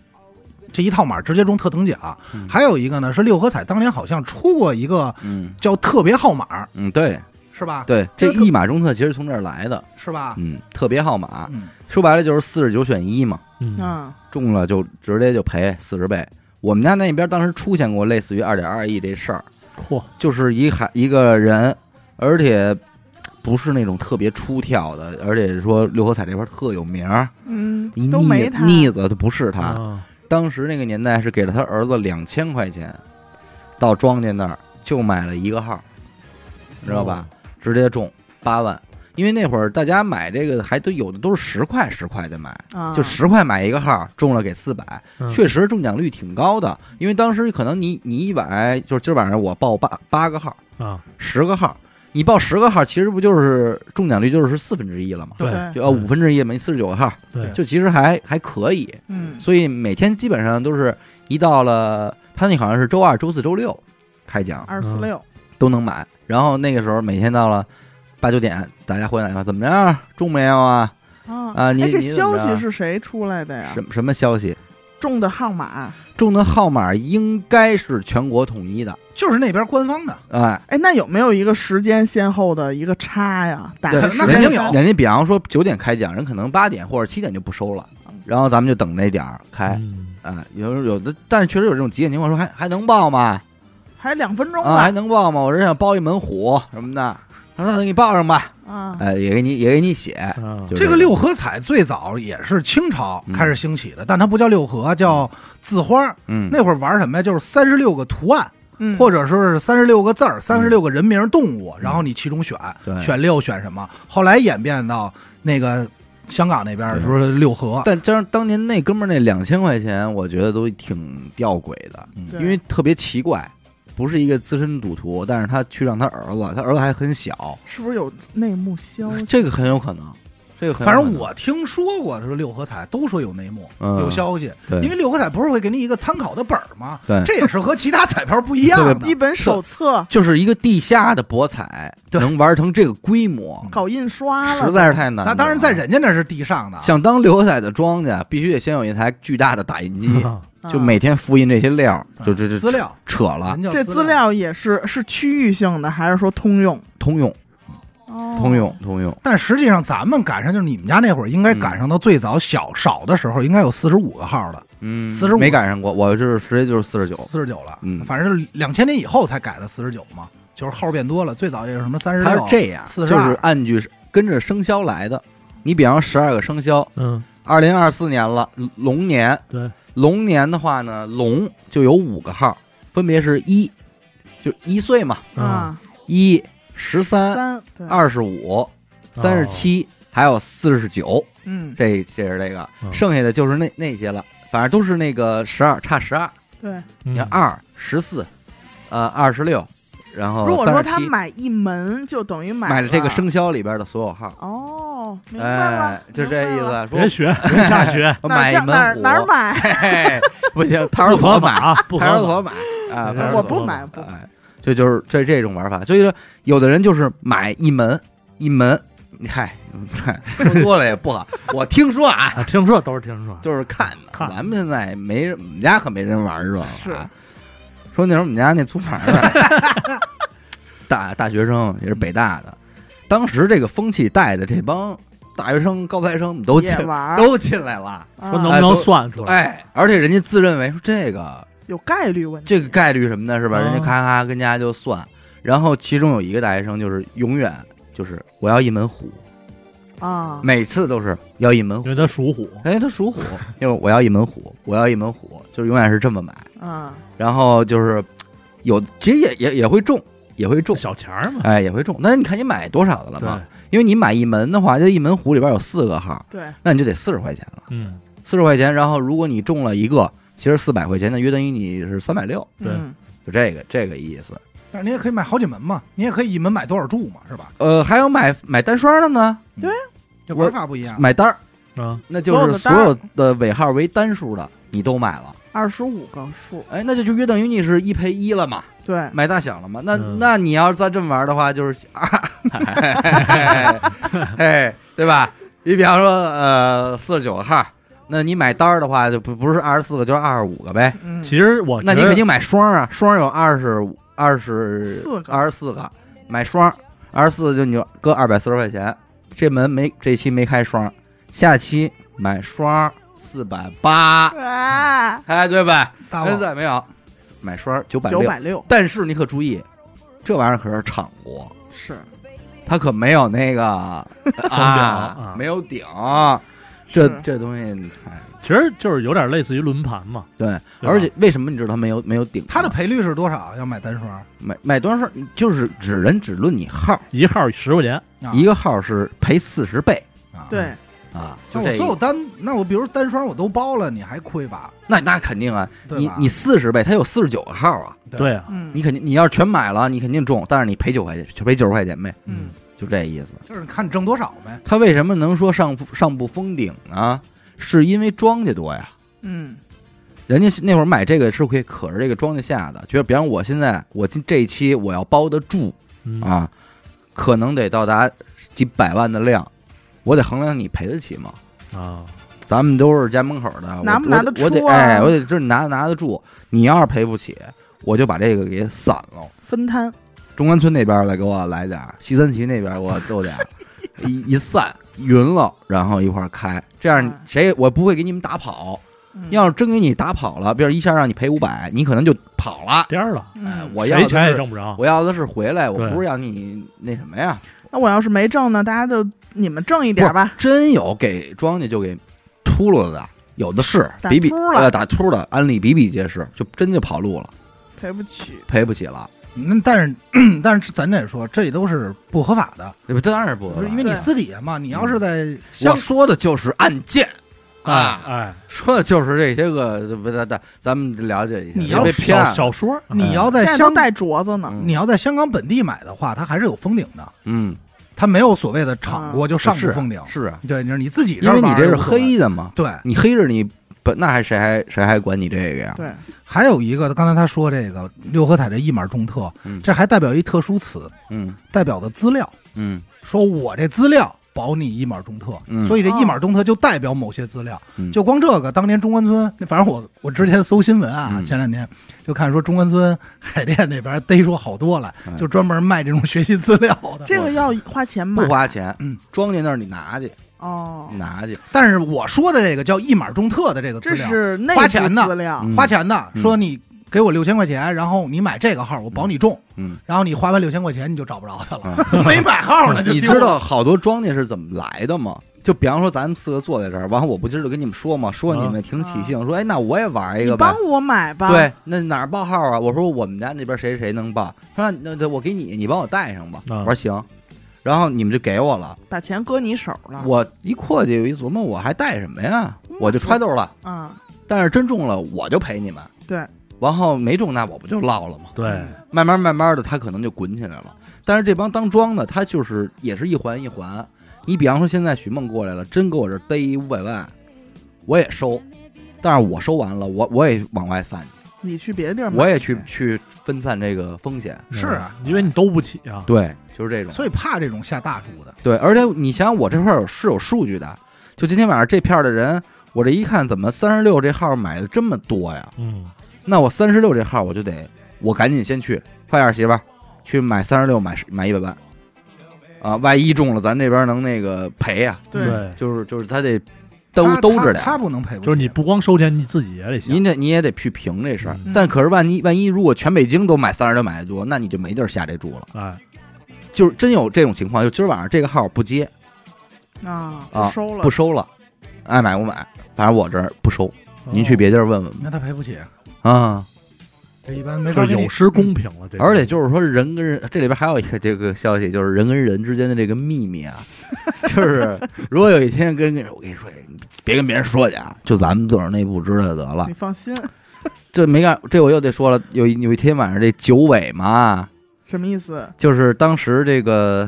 B: 这一套码儿直接中特等奖
A: 嗯；
B: 还有一个呢是六合彩当年好像出过一个
A: 嗯
B: 叫特别号码儿，
A: 嗯，对
B: 是吧？，
A: 对，这
B: 这个
A: 一码中特其实从这儿来的，
B: 是吧？
A: 嗯，特别号码，
B: 嗯，
A: 说白了就是四十九选一嘛，
C: 嗯，
D: 嗯，
A: 中了就直接就赔四十倍。我们家那边当时出现过类似于二点二亿这事儿，
C: 嚯，
A: 就是一孩一个人，而且不是那种特别出挑的，而且说六合彩这块儿特有名儿，
D: 嗯
A: 一，
D: 都没
A: 腻
D: 他
A: 腻子都不是他。
C: 啊
A: 当时那个年代是给了他儿子两千块钱，到庄家那儿就买了一个号，知道吧？直接中八万，因为那会儿大家买这个还都有的都是十块十块的买，
D: 啊，
A: 就十块买一个号，中了给四百，
C: 嗯
A: 确实中奖率挺高的。因为当时可能你你一百，就是今儿晚上我报八八个号，
C: 啊，
A: 十个号，你报十个号，其实不就是中奖率就是四分之一了吗？
D: 对，
A: 就呃五分之一没四十九个号，
C: 嗯对，
A: 就其实还还可以。
D: 嗯，
A: 所以每天基本上都是一到了他那好像是周二、周四周六开奖
D: 二四六，
A: 都能买，然后那个时候每天到了八九点，大家回来吧，怎么样，中没有啊？
D: 啊
A: 啊你
D: 哎这
A: 你怎么
D: 消
A: 着
D: 息是谁出来的呀
A: 什？什么消息？
D: 中的号码，
A: 中的号码应该是全国统一的，
B: 就是那边官方的。
A: 哎，
D: 哎，那有没有一个时间先后的一个差呀？打
A: 对
D: 开
B: 那肯
D: 时
A: 人
B: 定
A: 家
D: 间
B: 有
A: 人家比方说九点开奖，人可能八点或者七点就不收了，然后咱们就等那点儿开。
C: 嗯
A: 哎，有有的，但是确实有这种急眼情况，说还还能报吗？
D: 还两分钟
A: 啊，还
D: 吧，
A: 能报吗？我这想报一门虎什么的。他说：“那给你报上吧。
D: 啊”，
A: 哎，也给你也给你写，
C: 啊
A: 哎就
B: 这个六合彩最早也是清朝开始兴起的，但它不叫六合，叫字花儿。
A: 嗯，
B: 那会儿玩什么呀？就是三十六个图案，
D: 嗯，
B: 或者说是三十六个字儿、三十六个人名、动物，
A: 嗯
B: 然后你其中选
A: 对
B: 选六选什么。后来演变到那个香港那边
A: 对
B: 说六合，
A: 但加上当年那哥们儿那两千块钱，我觉得都挺吊诡的，嗯
D: 对
A: 因为特别奇怪，不是一个资深赌徒，但是他去让他儿子，他儿子还很小，
D: 是不是有内幕消息？
A: 这个很有可能，这个很有
B: 反
A: 可能
B: 正我听说过说六合彩都说有内幕、
A: 嗯
B: 有消息，
A: 对
B: 因为六合彩不是会给你一个参考的本儿吗？
A: 对
B: 这也是和其他彩票不一样
A: 特
B: 的
A: 别
D: 一。本手册
A: 就是一个地下的博彩
B: 对
A: 能玩成这个规模，
D: 搞印刷了，
A: 实在是太难了。
B: 那当然，在人家那是地上的啊，
A: 想当六合彩的庄家，必须得先有一台巨大的打印
C: 嗯
A: 机，
D: 啊
A: 就每天复印这些料，嗯就这啊这
B: 嗯资料，
A: 扯了
B: 人，家
D: 这资料也是是区域性的，还是说通用？
A: 通用
D: 哦
A: 通用通用，
B: 但实际上，咱们赶上就是你们家那会儿，应
A: 嗯
B: 该赶上到最早小少的时候，应该有四十五个号的，
A: 嗯，
B: 45
A: 没赶上过，我就是直接就是四十九，
B: 四十九了。
A: 嗯
B: 反正就是两千年以后才改的四十九嘛，就是号变多了。最早也是什么三十
A: 它是
B: 六，
A: 这样，就
B: 42
A: 是按据是跟着生肖来的。你比方十二个生肖，
C: 嗯，
A: 二零二四年了，龙龙年，
C: 对，
A: 龙年的话呢，龙就有五个号，分别是一，就一岁嘛，
C: 啊，
D: 啊，
A: 一、十嗯三、
D: 三对，
A: 二十五、三十七，
C: 哦
A: 还有四十九，
D: 嗯，
A: 这这是这个，
C: 嗯
A: 剩下的就是那那些了，反正都是那个十二差十二，
D: 对。
C: 你
A: 你看二、十四，呃，二十六，然后
D: 如果
A: 哦三
D: 说
A: 十
D: 他
A: 七，
D: 买一门，就等于买
A: 买
D: 了
A: 了这个生肖里边的所有号。
D: 哦，明白
A: 哎
D: 了，，
A: 就这意
D: 明白了。
A: 思。
C: 别
A: 说
C: 学，别瞎学，
A: 我
D: 哪儿
A: 买
D: 这
A: 一
D: 哪
A: 门
D: 儿
A: 虎，
D: 哪儿买？
A: 买？ 不行，派
C: 不
A: 出所
C: 合
A: 买，
C: 法，不合
A: 派出
C: 法
A: 所买啊！派
C: 没事
A: 出
D: 哎我
A: 所
D: 不
C: 我
D: 买，不买。
A: 哎，这就是这这种玩法。所以说，有的人就是买一门一门，你嗨，说多了也不好。我听说啊，
C: 啊，听说都是听说，
A: 就是看的。
C: 看
A: 咱们现在没人，我们家可没人玩这个、啊。
D: 是，
A: 说那时候我们家那租房的大大学生也是北大的，当时这个风气带的这帮大学生、高材生们都进
D: 也玩儿
A: 都进来了，
D: 啊
C: 说能不能算出来？
A: 哎，而且人家自认为说这个
D: 有概率问题，
A: 这个概率什么的，是吧？
C: 嗯
A: 人家咔咔跟家就算，然后其中有一个大学生就是永远就是我要一门虎，
D: 啊，
A: 每次都是要一门虎
C: 因。为他属虎，
A: 哎，他属虎， 就是我要一门虎，我要一门虎，就是永远是这么买。
D: 嗯，
A: 然后就是有，其实也也也会中，也会中，
C: 小钱儿嘛。
A: 哎，也会中。但是你看你买多少的了
C: 对，
A: 嘛？因为你买一门的话，就一门虎里边有四个号，
D: 对，
A: 那你就得四十块钱了，
C: 嗯，
A: 四十块钱。然后如果你中了一个，其实四百块钱，那约等于你是三百六，
C: 对
D: 嗯
A: 就这个这个意思。
B: 但是你也可以买好几门嘛，你也可以一门买多少注嘛，是吧？
A: 呃，还有买买单双的呢，
B: 这
A: 我
B: 玩法不一样。
A: 买单儿，
C: 啊，
A: 那就是所
D: 所有
A: 有的尾号为单数的你都买了，
D: 二十五个数，
A: 哎，那就就约等于你是一赔一了嘛。
D: 对，
A: 买哎大小了吗？那、
C: 嗯
A: 那你要是再这么玩的话，就是 啊，哎， 哎对吧？你比方说，呃，四十九个号，那你买单儿的话，就不不是二十四个，就是二十五个呗。
D: 嗯，
C: 其实我
A: 那你
C: 觉得
A: 肯定买双啊，双有二十五、二十
D: 四个
A: 二十四个，买双二十四就你就搁二百四十块钱。这门没这期没开双，下期买双四百八，
D: 啊，
A: 哎，对吧？
B: 大
A: 现
B: 王，
A: 在没有，买双九百
D: 九
A: 六。
D: 百六
A: 但是你可注意，这玩意儿可是敞过，
D: 是，
A: 嗯它可没有那个啊
C: 啊，
A: 没有顶。这
D: 是
A: 这东西你看，
C: 其实就是有点类似于轮盘嘛。
A: 对，
C: 对吧
A: 而且为什么你知道它没有没有顶吗？
B: 它的赔率是多少？要买单双啊？
A: 买买多少事儿就是只人只论你号，
C: 一号十块钱，
A: 一个号是赔四十倍
B: 啊，
D: 对，
A: 啊，就
B: 那我
A: 这
B: 所有
A: 一。
B: 单，那我比如单双我都包了，你还亏吧？
A: 那那肯定啊，
B: 对
A: 你
B: 吧
A: 你四十倍，它有四十九个号啊，
C: 对，啊，
D: 嗯，
A: 你肯定你要是全买了，你肯定中，但是你赔九块钱，就赔九十块钱呗，
D: 嗯，
A: 就这意思。
B: 就是看你挣多少呗。
A: 它为什么能说上不上不封顶呢？是因为庄家多呀。
D: 嗯
A: 人家那会儿买这个是可以可着这个庄稼下的，觉得比方我现在我今这一期我要包得住
C: 嗯，
A: 啊，可能得到达几百万的量，我得衡量你赔得起吗？
C: 啊，
A: 咱们都是家门口的，我
D: 拿不拿得
A: 我得
D: 出
A: 我
D: 啊
A: 得哎，我得这拿拿得住。你要是赔不起，我就把这个给散了。
D: 分摊，
A: 中关村那边儿再给我来点儿，西三旗那边儿给我揍点 儿，一一散匀了，然后一块儿开，这样
D: 嗯
A: 谁我不会给你们打跑。
D: 嗯
A: 要是真给你打跑了，比如一下让你赔五百，你可能就跑了。
C: 颠儿了，
A: 哎，
D: 嗯，
A: 我要
C: 谁
A: 的
C: 钱也
A: 是
C: 挣不着。
A: 我要的是回来，我
C: 对
A: 不是要你那什么呀？
D: 那我要是没挣呢，大家就你们挣一点吧，
A: 真有给庄家就给秃噜的，有的是
D: 打
A: 比比
D: 秃了
A: 呃打秃的案例比比皆是，就真就跑路了，
D: 赔不起，
A: 赔不起了。
B: 那嗯但是 但是咱得说，这都是不合法的，
A: 这不当然不合
B: 不
A: 法，嗯
B: 是因为你
D: 对
B: 私底下嘛，你要是在
A: 我哎
B: 香
A: 说的就是案件
C: 哎
A: 啊，
C: 哎，
A: 说的就是这些个不咱咱咱们了解一下，
B: 你
A: 别
B: 要
A: 被
B: 是
A: 骗
C: 小
A: 了
C: 小说，啊
B: 你要在
D: 现在都
B: 香
D: 带镯子呢，
A: 嗯
B: 你要在香港本地买的话，它还是有封顶的，
A: 嗯
B: 它没有所谓的厂过就上不封顶。
A: 是啊，
B: 对，你是你自己
A: 因
B: 儿
A: 为你
B: 玩儿
A: 这
B: 就是无所谓。
A: 黑的嘛，
B: 对，
A: 你黑着你本那还谁还谁还管你这个呀？
D: 对，
B: 还有一个，刚才他说这个六合彩这一码中特
A: 嗯，
B: 这还代表一特殊词，
A: 嗯
B: 代表的资料，
A: 嗯
B: 说我这资料保你一码中特，
A: 嗯
B: 所以这一码中特就代表某些资料。
A: 嗯
B: 就光这个，当年中关村，反正我我之前搜新闻啊，
A: 嗯
B: 前两天就看说中关村海淀那边逮出好多来，
A: 哎
B: 就专门卖这种学习资料的。
D: 这个要花钱买
A: 不，花钱，嗯
B: 嗯，
A: 庄家那儿你拿去，
D: 哦
A: 你，拿去，
B: 但是我说的这个叫一码中特的这个资
D: 这
B: 料，
D: 是内
B: 花钱
D: 部
B: 呢
D: 资料，
A: 嗯
B: 花钱的，
A: 嗯
B: 说你给我六千块钱，然后你买这个号，我保你中，
A: 嗯，
B: 然后你花完六千块钱你就找不着他了， 没买 号呢就
A: 你
B: 丢
A: 知
B: 了
A: 道好多庄家是怎么来的吗？就比方说咱们四个坐在这儿，完后我不今儿就跟你们说嘛，说你们挺起兴，说哎那我也玩一
D: 你
A: 个
D: 帮
A: 吧。
D: 我买吧，
A: 对，那哪儿报号啊？我说我们家那边谁谁能报，他说那那我给你，你帮我带上吧。
C: 啊
A: 我说行，然后你们就给我了。
D: 把钱搁你手
C: 啊
D: 了，
A: 我一阔计，我一琢磨，我还带什么呀？我就揣兜了。
D: 嗯，
A: 但是真中了，我就赔你们。
D: 对，
A: 然后没中，那我不就落了吗？
C: 对，
A: 慢慢慢慢的，他可能就滚起来了。但是这帮当庄的，他就是也是一环一环。你比方说，现在许梦过来了，真给我这逮五百万，我也收，但是我收完了，我我也往外散去，
D: 你去别的地儿买去，
A: 我也去去分散这个风险。
B: 是啊
C: 因为你兜不起啊。
A: 对，就是这种。
B: 所以怕这种下大注的。
A: 对，而且你想，我这块儿有是有数据的，就今天晚上这片儿的人，我这一看，怎么三十六这号买的这么多呀？
C: 嗯，
A: 那我三十六这号我就得，我赶紧先去，快点儿媳妇儿，去买三十六，买买一百万，啊，万一中了，咱这边能那个赔呀、
D: 对，
A: 就是就是他得兜
B: 他
A: 兜着点
B: 他，他
A: 儿，
B: 不能赔不起。
C: 就是你不光收钱，你自己也得想
A: 您。得你也得去平这事儿。
D: 嗯
A: 但可是万一万一如果全北京都买三十六买的多，那你就没地儿下这注了。
C: 哎，
A: 就是真有这种情况，就今儿晚上这个号不接，
D: 啊，
A: 啊
D: 不收了，
A: 不收了，爱买不买，反正我这儿不收，您去别地儿问问吧。
B: 那他赔不起，
A: 啊，
B: 这一般没
C: 哦，
B: 法
C: 就
B: 给你
C: 有失公平了。这个
A: 而且就是说，人跟人这里边还有一个这个消息，就是人跟人之间的这个秘密啊， 就是如果有一天跟我跟你说，别跟别人说去啊，就咱们自个儿内部知道就得了
D: 你。放心，
A: 这没干，这我又得说了，有一有一天晚上这九尾嘛，
D: 什么意思？
A: 就是当时这个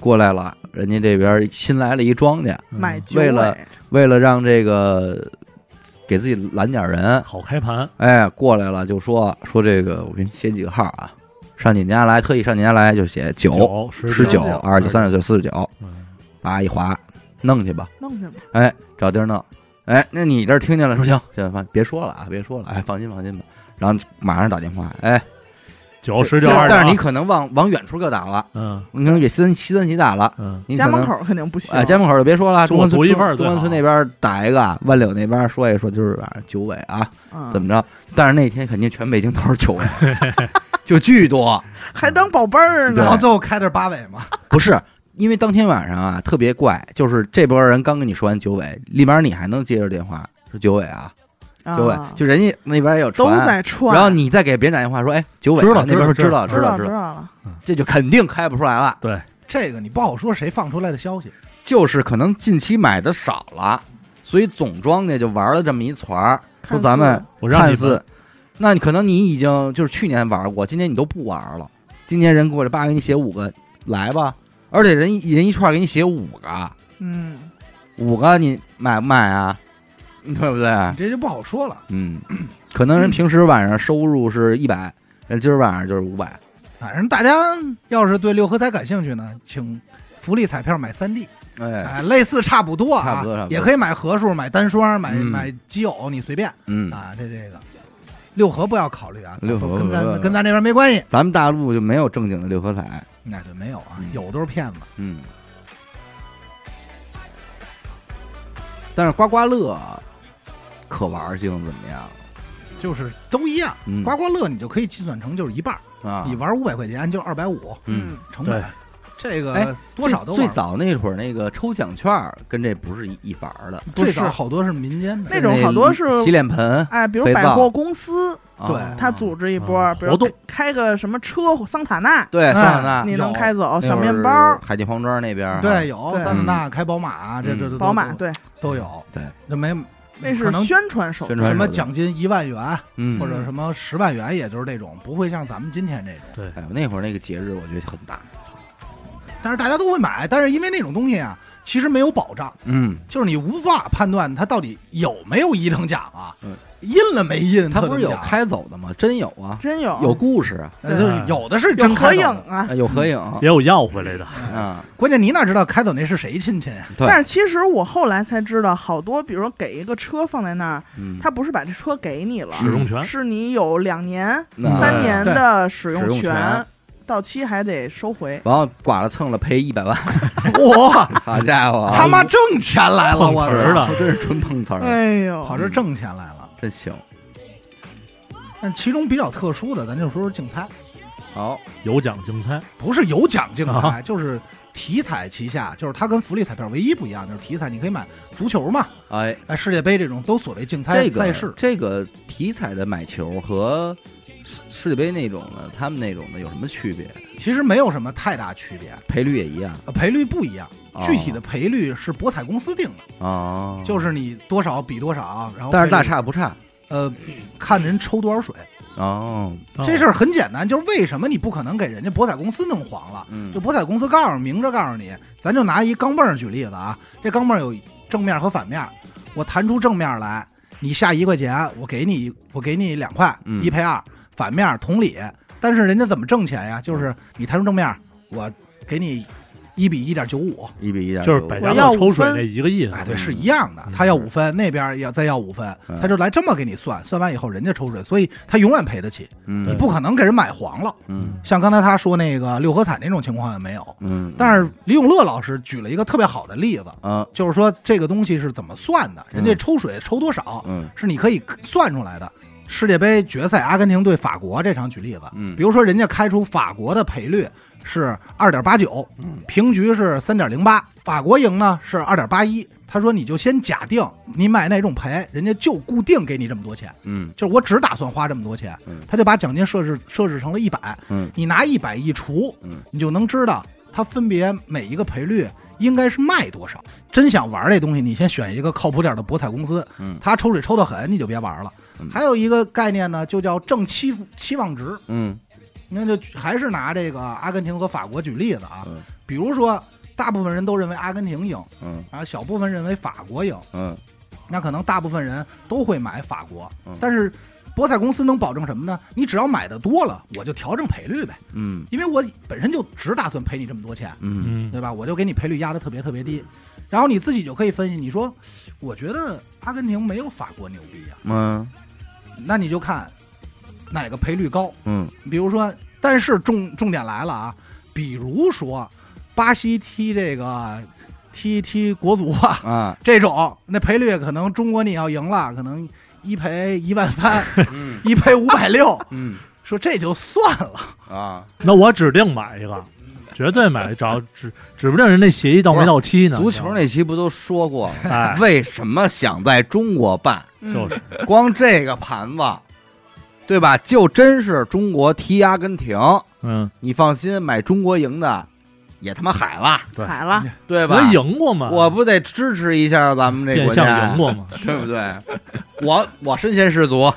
A: 过来了，人家这边新来了一庄家，
C: 嗯
D: 买酒
A: 为了
D: 尾
A: 为了让这个给自己拦点人，
C: 好开盘，
A: 哎，过来了就说说这个，我给你写几个号啊，上你家来，特意上你家来就写九、
C: 九十
A: 十九
D: 19、
A: 二十九、三十九、四十九，啊
C: 嗯
A: 叭一划，弄去吧，
D: 弄去吧，
A: 哎，找地儿弄，哎，那你这儿听见了说行，行，放别说了啊，别说了，哎，放心放心吧，然后马上打电话，哎，
C: 九哦十
A: 这
C: 九二十
A: 但
C: 二。
A: 是你可能往往远处给我打了，
C: 嗯
A: 你可能给西三西三旗打了，
C: 嗯，
A: 你可
D: 家
A: 能
D: 门口肯定不行，
A: 哎，家门口就别说了，中
C: 中国
A: 关村
C: 独一份
A: 中
C: 儿最
A: 关
C: 好
A: 村那边打一个，万柳那边说一说，就是晚上九尾啊，
D: 嗯
A: 怎么着？但是那天肯定全北京都是九尾， 就巨多。
D: 还当宝贝儿
A: 对
B: 然
D: 呢
B: 后？最后开的是八尾嘛，
A: 不是因为当天晚上啊特别怪，就是这波人刚跟你说完九尾，立马你还能接着电话说九尾啊，
D: 啊
A: 九尾，就人家那边也有
D: 都
A: 传，
D: 在串，
A: 然后你再给别人打电话说，哎，九尾啊
C: 知道
A: 那边说
C: 知
A: 道
C: 道
A: 知
D: 知
A: 道
D: 知
A: 知
D: 道
A: 道，
D: 了，
A: 这就肯定开不出来了，
B: 这个你不好说谁放出来的消息。
A: 就是可能近期买的少了，所以总庄家就玩了这么一团儿，说
D: 看
A: 咱
D: 似
A: 们。
C: 我让
A: 看
C: 你
A: 似，那你可能你已经就是去年玩过，今年你都不玩了。今年人过来，爸给你写五个，来吧。而且人一人一串给你写五个，
D: 嗯，
A: 五个你买不买啊？ 对不对
B: 你？这就不好说了，
A: 嗯，可能人平时晚上收入是一百，人今儿晚上就是五百。
B: 反正大家要是对六合彩感兴趣呢，请福利彩票买三 D，
A: 哎，
B: 哎，类似差不多啊，
A: 差不多差不多
B: 也可以买合数、买单双、买、
A: 嗯
B: 买基友，你随便
A: 嗯，
B: 啊。这这个六合不要考虑啊，
A: 六合
B: 跟
A: 不要
B: 咱跟咱这边没关系，
A: 咱们大陆就没有正经的六合彩。
B: 那就没有啊
A: 嗯，
B: 有都是骗子。
A: 嗯，但是刮刮乐可玩性怎么样？
B: 就是都一样，
A: 嗯
B: 刮刮乐你就可以计算成就是一半儿，
A: 啊
B: 你，玩五百块钱就二百五
A: 嗯。
B: 成
C: 对
B: 本，这
A: 哎
B: 个多少都
A: 最
B: 玩
A: 早那会儿那个抽奖券儿跟这不是一一法儿的，
B: 最
D: 不是
B: 早好多是民间的
D: 那种好多是
A: 洗脸盆，
D: 哎，比如
A: 肥
D: 百
A: 皂
D: 货公司，
A: 啊
B: 对
D: 他组织一波
C: 嗯
D: 比如
C: 活动
D: 开，开个什么车桑塔纳，
A: 对
B: 哎
A: 桑塔纳
D: 你能
B: 有
D: 开走
A: 那
D: 小
A: 会
D: 面
A: 儿
D: 包，
A: 海淀黄庄那边儿
B: 对，
A: 哈
B: 有
D: 对
B: 桑塔纳、开宝马，啊这这
A: 嗯
B: 这都
D: 宝马
B: 都
D: 对，
B: 都有，
A: 对，
B: 那没
D: 那
B: 可
D: 是
B: 能
D: 宣传手
A: 宣
D: 段。
A: 传
B: 什么
A: 手段
B: 奖金一万元
A: 嗯
B: 或者什么十万元，也就是这种，不会像咱们今天这种。
A: 哎呦那会儿那个节日我觉得很大，
B: 但是大家都会买，但是因为那种东西啊，其实没有保障，
A: 嗯，
B: 就是你无法判断它到底有没有一等奖啊
A: 嗯，
B: 印了没印？
A: 他不是
B: 特等
A: 有
B: 奖，
A: 开走的吗？真有啊，
D: 真有
A: 有故事啊，
B: 那就是有的是
D: 有
B: 真
D: 合
B: 开
D: 影
B: 走的，
D: 啊，
A: 哎有合影
C: 也有要回来的，
A: 啊，
B: 关键你哪知道开走那是谁 亲戚呀？
A: 对
D: 但是其实我后来才知道，好多比如说给一个车放在那儿，
A: 嗯，
D: 他不是把这车给你了，
A: 是
C: 使用权
D: 是你有两年、
A: 那
D: 三年的使
A: 使
D: 用
A: 用权
D: 到期还得收回。
A: 然后剐了蹭了赔一百万，
B: 哇，
A: 好家伙啊，
B: 他妈挣钱来了，
C: 碰
B: 我
C: 瓷儿
B: 操，
C: 的，
A: 真是纯碰瓷儿，
D: 哎呦，
B: 跑这挣钱来了。
A: 真行。
B: 但其中比较特殊的，咱就说说竞猜，
A: 好，
C: 有奖竞猜，
B: 不是有奖竞猜，
C: 啊
B: 就是体彩旗下，就是它跟福利彩票唯一不一样，就是体彩你可以买足球嘛，
A: 哎，
B: 哎，世界杯这种都所谓竞猜
A: 这个
B: 赛事，
A: 这个体彩的买球和世世界杯那种的，他们那种的有什么区别？
B: 其实没有什么太大区别，
A: 赔率也一样
B: 呃赔率不一样
A: 哦，
B: 具体的赔率是博彩公司定的，
A: 哦，
B: 就是你多少比多少，然后
A: 但是大
B: 赔率
A: 差不差
B: 呃看人抽多少水，
A: 哦，
C: 啊
B: 这事儿很简单，就是为什么你不可能给人家博彩公司弄黄了？
A: 嗯，
B: 就博彩公司告诉你明着告诉你，咱就拿一钢镚儿举例子啊，这钢镚儿有正面和反面，我弹出正面来，你下一块钱，我给你我给你两块，
A: 嗯
B: 一赔二，反面同理。但是人家怎么挣钱呀？
A: 嗯
B: 就是你摊出正面，我给你一比一点九五，
A: 一比一点，
C: 就是百家
D: 我要
C: 乐抽水
D: 五分
C: 那一个意思。
B: 哎，对，是一样的。他要五分，那边要再要五分
A: 嗯，
B: 他就来这么给你算，算完以后人家抽水，所以他永远赔得起，你
A: 嗯
B: 不可能给人买黄了。
A: 嗯
B: 像刚才他说那个六合彩那种情况也没有，
A: 嗯，
B: 但是李永乐老师举了一个特别好的例子，
A: 啊
B: 就是说这个东西是怎么算的，人家抽水抽多少
A: 嗯
B: 是你可以算出来的。世界杯决赛，阿根廷对法国这场举例子，
A: 嗯
B: 比如说人家开出法国的赔率是二点八九，
A: 嗯
B: 平局是三点零八，法国赢呢是二点八一。他说你就先假定你买哪种赔，人家就固定给你这么多钱，
A: 嗯
B: 就是我只打算花这么多钱
A: 嗯，
B: 他就把奖金设置设置成了一百，
A: 嗯
B: 你拿一百一除
A: 嗯，
B: 你就能知道它分别每一个赔率应该是卖多少。真想玩这东西，你先选一个靠谱点的博彩公司，
A: 嗯
B: 它抽水抽得很，你就别玩了
A: 嗯。
B: 还有一个概念呢，就叫正期期望值，
A: 嗯
B: 那就举还是拿这个阿根廷和法国举例子啊
A: 嗯，
B: 比如说。大部分人都认为阿根廷赢，
A: 嗯
B: 然后小部分认为法国赢，
A: 嗯
B: 那可能大部分人都会买法国
A: 嗯。
B: 但是博彩公司能保证什么呢？你只要买的多了，我就调整赔率呗。
A: 嗯
B: 因为我本身就只打算赔你这么多钱，
A: 嗯
C: 嗯，
B: 对吧？我就给你赔率压的特别特别低，然后你自己就可以分析，你说，我觉得阿根廷没有法国牛逼呀、啊
A: 嗯
B: 那你就看哪个赔率高，
A: 嗯
B: 比如说，但是重重点来了啊，比如说巴西踢这个踢踢国足啊
A: 啊
B: 这种，那赔率可能中国你要赢了，可能一赔一万三，
A: 嗯
B: 一赔五百六，
A: 嗯
B: 说这就算了，
A: 啊，
C: 那我指定买一个，绝对买着，指指不定人那协议到没到期呢。
A: 足球那期不都说过了？
C: 嗯哎，
A: 为什么想在中国办？
D: 嗯
C: 就是
A: 光这个盘子，对吧？就真是中国踢阿根廷，
C: 嗯，
A: 你放心，买中国赢的也他妈海了，
C: 对
D: 海了，
A: 对嗯吧
C: 我？赢过嘛，
A: 我不得支持一下咱们这
C: 变
A: 国
C: 相
A: 家
C: 赢，过 嘛，
A: 对不对？我我身先士卒，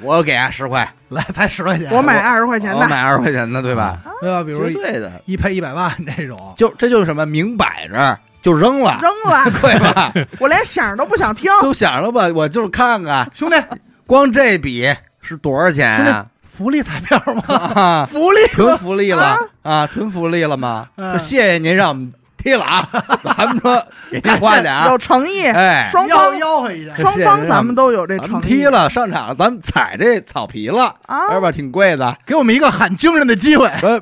A: 我给俺十块，
B: 来才十块钱，
D: 我买二十块钱
A: 我
D: 的，
A: 买二十块钱的，对吧？
B: 对吧？比
A: 比
B: 如说
A: 对的，
B: 一赔一百万这种，
A: 就这就是什么明摆着就扔了，
D: 扔 了，
A: 对吧？
D: 我连响都不想听。
A: 都想着吧，我就是看看，
B: 兄弟，
A: 光这笔是多少钱啊？
B: 福利彩票吗？
A: 啊
D: 福利
A: 纯福利了啊，纯福利了吗？
B: 嗯
A: 就谢谢您让我们踢了啊，咱们说给您花点
D: 有
A: 啊，
D: 诚意，
A: 哎，
D: 双
B: 吆
D: 方
B: 吆喝一下，
D: 双方咱们都有这
A: 咱
D: 诚
A: 们
D: 意。
A: 踢了上场，咱们踩这草皮了，要
D: 啊
A: 不然挺贵的。
B: 给我们一个喊精神的机会。
A: 呃，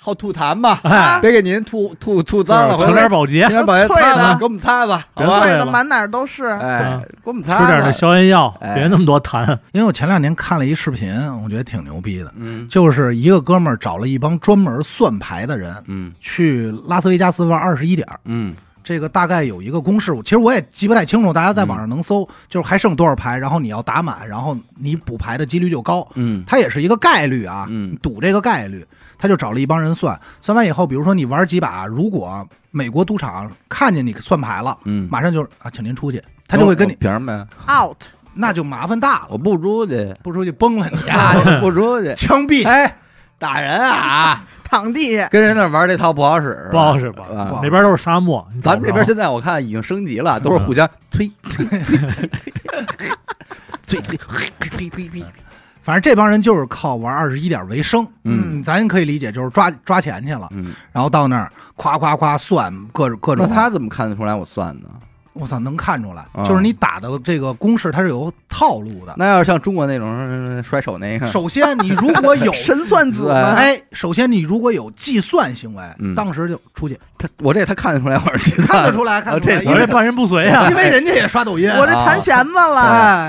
A: 好吐痰吧，
D: 啊
C: 哎，
A: 别给您吐吐吐脏了，回
C: 求
A: 来
C: 点保洁，
A: 您把这
D: 脆
A: 擦擦，
D: 的
A: 给我们擦擦，好
C: 别
A: 吧？
C: 脆
D: 对
C: 了
D: 的，满哪儿都是。
A: 哎
C: 嗯，
A: 给我们
C: 吃
A: 擦
C: 点那
A: 擦。
C: 消炎药，
A: 哎
C: 别那么多痰。
B: 因为我前两年看了一视频，我觉得挺牛逼的，
A: 嗯
B: 就是一个哥们儿找了一帮专门算牌的人
A: 嗯
B: 去拉斯维加斯玩二十一点儿，
A: 嗯
B: 这个大概有一个公式，我其实我也记不太清楚，大家在网上能搜，就是还剩多少牌，然后你要打满，然后你补牌的几率就高。
A: 嗯
B: 它也是一个概率啊，
A: 嗯
B: 赌这个概率，他就找了一帮人算，算完以后，比如说你玩几把，如果美国赌场看见你算牌了，
A: 嗯，
B: 马上就是啊，请您出去，他
A: 哦
B: 就会跟你，
A: 凭什么呀？
D: out，
B: 那就麻烦大了，
A: 我不出去，
B: 不出去崩了你
A: 呀，
B: 啊，，
A: 我不出去
B: 枪毙！
A: 哎，打人啊！
D: 躺地下，
A: 跟人那玩这套不好使是吧，
C: 不好使吧
A: 啊
B: 不好
C: 那边都是沙漠，你
A: 咱
C: 找
A: 们
C: 不
A: 这边
C: 着
A: 现在我看已经升级了，都是互相推推推推推推推推推，
B: 反正这帮人就是靠玩二十一点为生，
A: 嗯
B: 咱可以理解就是抓抓钱去了，
A: 嗯。
B: 然后到那儿夸夸夸算各种各
A: 那
B: 种，
A: 他怎么看得出来我算呢？
B: 我操能看出来
A: 啊，
B: 就是你打的这个公式它是有套路的。
A: 那要是像中国那种甩手那个，啊
B: 首先，你如果有
D: 神算子嘛，
B: 哎，首先你如果有计算行为，
A: 嗯
B: 当时就出 去，
A: 他我这他看得出来我是计算
B: 看得出来，看得出来，
A: 哦这
B: 因
C: 我这
B: 为
C: 犯人不遂啊 呀
B: 因，为人家也刷抖音，
D: 我这弹弦子了，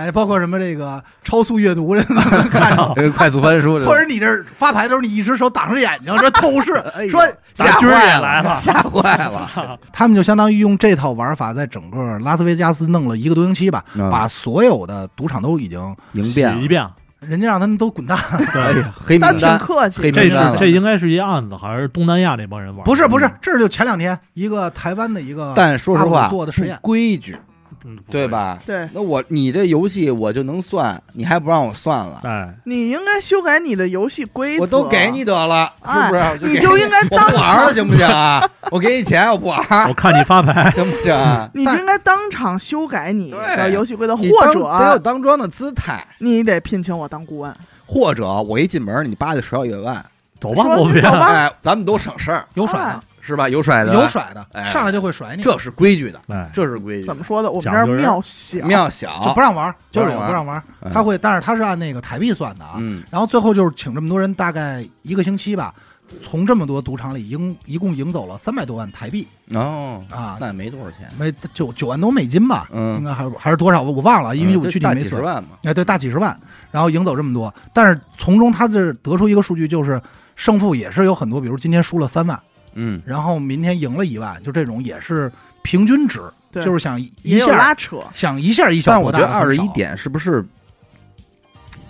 B: 哎，包括什么这个超速阅读，人都 能看着，
A: 这个快速翻书这种，
B: 或者你这儿发牌的时候，你一只手挡着眼睛，说透 视，
A: 哎呦
B: 说
A: 吓
C: 大军儿
A: 坏
C: 也来了
A: 吓坏了，
B: 他们就相当于用这套玩法，在整个拉斯维加斯弄了一个多星期吧，
A: 嗯
B: 把所有的赌场都已经，
A: 迎
C: 洗
A: 变
C: 一
A: 了，
C: 遍。
B: 人家让他们都滚蛋。
A: 哎
C: 对，
A: 呀，黑
D: 但
A: 名
D: 挺
A: 单，
D: 客
A: 黑
D: 气。
A: 名
C: 这
A: 单了
C: 是这应该是一案子，还是东南亚那帮人玩？
B: 不是不是，这就前两天一个台湾的一个，
A: 嗯但说实
B: 大陆
A: 话，
B: 做的实验
A: 不规矩，
C: 嗯，不会
A: 对？吧？
D: 对
A: 那我你这游戏我就能算，你还不让我算了，
C: 哎，
D: 你应该修改你的游戏规则。
A: 我
B: 啊
A: 都给你得了，是
B: 哎
A: 不是？
D: 你
A: 就
D: 就
A: 给
D: 应该
A: 我
D: 当
A: 不玩了，行不行啊？我给你钱，我不玩儿
C: 我，看你 发牌，
A: 行不行啊？
D: 你就应该当场修改你的
A: 对
D: 游戏规则，或
A: 你当
B: 啊
A: 得有
D: 者
A: 当庄的姿态，
D: 你得聘请我当顾问。
A: 或者我一进门你扒就甩我一百万，
C: 走吧，
D: 说
C: 左边
D: 走吧
A: 哎，咱们都省事儿，
B: 有甩的，
A: 是吧？有甩的，
B: 啊有，甩的
A: 哎，
B: 上来就会甩你，
A: 这是规矩的，
C: 哎，
A: 这是规矩。
D: 怎么说的？我们这
C: 讲
D: 儿
C: 究人
D: 庙小，
A: 庙小
B: 就不让玩，就是
A: 不
B: 有
A: 让玩
B: 不让玩
A: 哎，
B: 他会，但是他是按那个台币算的啊。
A: 嗯
B: 然后最后就是请这么多人，大概一个星期吧，从这么多赌场里赢，一共赢走了三百多万台币
A: 哦，
B: 啊，
A: 那也没多少钱，
B: 没九九万多美金吧，应
A: 嗯，
B: 该还是还是多少我我忘了，因为我具体
A: 大
B: 没
A: 几十
B: 算。
A: 万嘛，
B: 哎，对，大几十万，然后赢走这么多，但是从中他这得出一个数据，就是胜负也是有很多，比如今天输了三万，
A: 嗯，
B: 然后明天赢了一万，就这种也是平均值，
D: 对
B: 就是想一
D: 也有
B: 下
D: 拉扯。
B: 想一下一下
A: 但
B: 博
A: 我觉
B: 大
A: 得
B: 的
A: 二
B: 很
A: 十
B: 少
A: 一，点是不是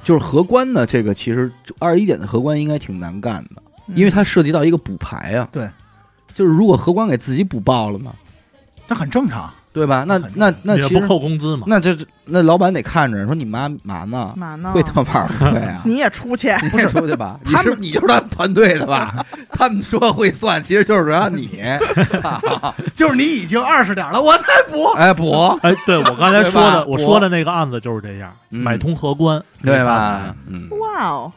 A: 就是荷官呢？这个其实二十一点的荷官应该挺难干的，因为它涉及到一个补牌啊。
B: 嗯对，
A: 就是如果荷官给自己补爆了呢，
B: 那很正常。
A: 对吧？那
B: 那很
A: 那那
C: 也
A: 其
C: 不
A: 实
C: 扣工资嘛，
A: 那这那老板得看着说你妈嘛呢？
D: 嘛嗯呢？
A: 会他妈玩不会啊？
D: 你也出去，
A: 不是出去吧？你
B: 他
A: 是
B: 们
A: 你就是他们团队的吧？他们说会算，其实就是让你，操
B: 就是你已经二十点了，我再 补。
A: 哎 补，
C: 哎，对我刚才说
A: 对吧
C: 的，
A: 我
C: 我说的那个案子就是这样，
A: 嗯
C: 买通荷官，
A: 对
C: 没发
A: 吧
C: 牌？？
A: 嗯，
D: 哇哦，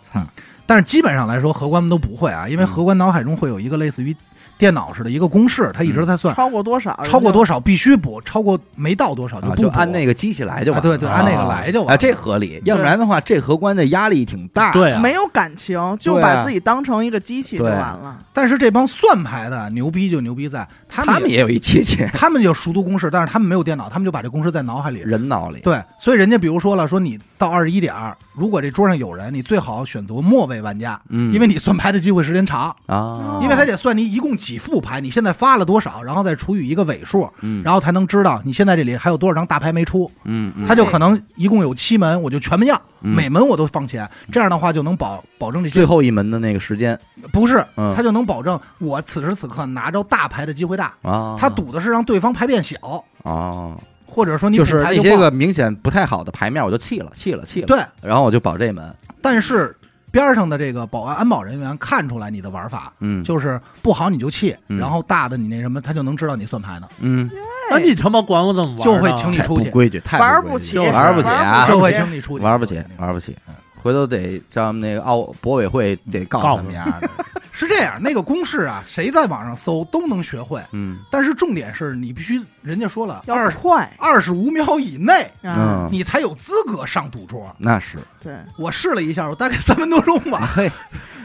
B: 但是基本上来说，荷官们都不会啊，因为
A: 嗯
B: 荷官脑海中会有一个类似于电脑似的一个公式，他一
A: 嗯
B: 直在算
D: 超过多少？
B: 超过多少必须补，超过没到多少就
A: 啊，
B: 不
A: 就
B: 补。
A: 按那个机器来就完了，
B: 啊对对按那个来就完了
A: 啊，这合理。要不然的话，这荷官的压力挺大。
C: 对啊，
D: 没有感情，就
A: 对啊
D: 把自己当成一个机器就完了。
B: 但是这帮算牌的牛逼就牛逼在他
A: 他
B: 们
A: 们
B: 也
A: 也有一机器，
B: 他们就熟读公式，但是他们没有电脑，他们就把这公式在脑海里。
A: 人脑里。
B: 对，所以人家比如说了，说你到二十一点儿，如果这桌上有人，你最好选择末位玩家，
A: 嗯，
B: 因为你算牌的机会时间长，
A: 啊，
B: 因为他得算你一共几副牌，你现在发了多少，然后再除以一个尾数，
A: 嗯，
B: 然后才能知道你现在这里还有多少张大牌没出。
A: 嗯，嗯
B: 他就可能一共有七门，我就全门要，
A: 嗯
B: 每门我都放钱，这样的话就能保保证这
A: 最
B: 些
A: 后一门的那个时间
B: 不是，
A: 嗯
B: 他就能保证我此时此刻拿着大牌的机会大。
A: 啊，
B: 他赌的是让对方牌变小，
A: 啊，
B: 或者说你
A: 就
B: 补
A: 是
B: 牌
A: 那
B: 就
A: 些
B: 爆
A: 个明显不太好的牌面，我就弃了，弃了，弃了。，
B: 对，
A: 然后我就保这门。
B: 但是边上的这个保安安保人员看出来你的玩法，
A: 嗯，
B: 就是不好你就弃，
A: 嗯
B: 然后大的你那什么，他就能知道你算牌呢，
A: 嗯，
C: 那你他妈管我怎么玩呢？
B: 就会请你
A: 太
B: 出
A: 不
B: 去，
A: 规矩，太
D: 玩
A: 不
D: 不
A: 规矩
D: 起，
C: 就是
A: 玩不起啊
B: 就会
D: 玩
B: 请你出去，
A: 玩不起，玩不起。嗯回头得让我们那个奥博委会得告
C: 告
A: 他们家的。
B: 是这样，那个公式啊，谁在网上搜都能学会，
A: 嗯
B: 但是重点是你必须，人家说了
D: 要
B: 二
D: 快
B: 二十五秒以内，
A: 嗯
D: 啊！
B: 你才有资格上赌桌。
A: 那是，
D: 对，
B: 我试了一下，我大概三分多钟 吧，
A: 嘿，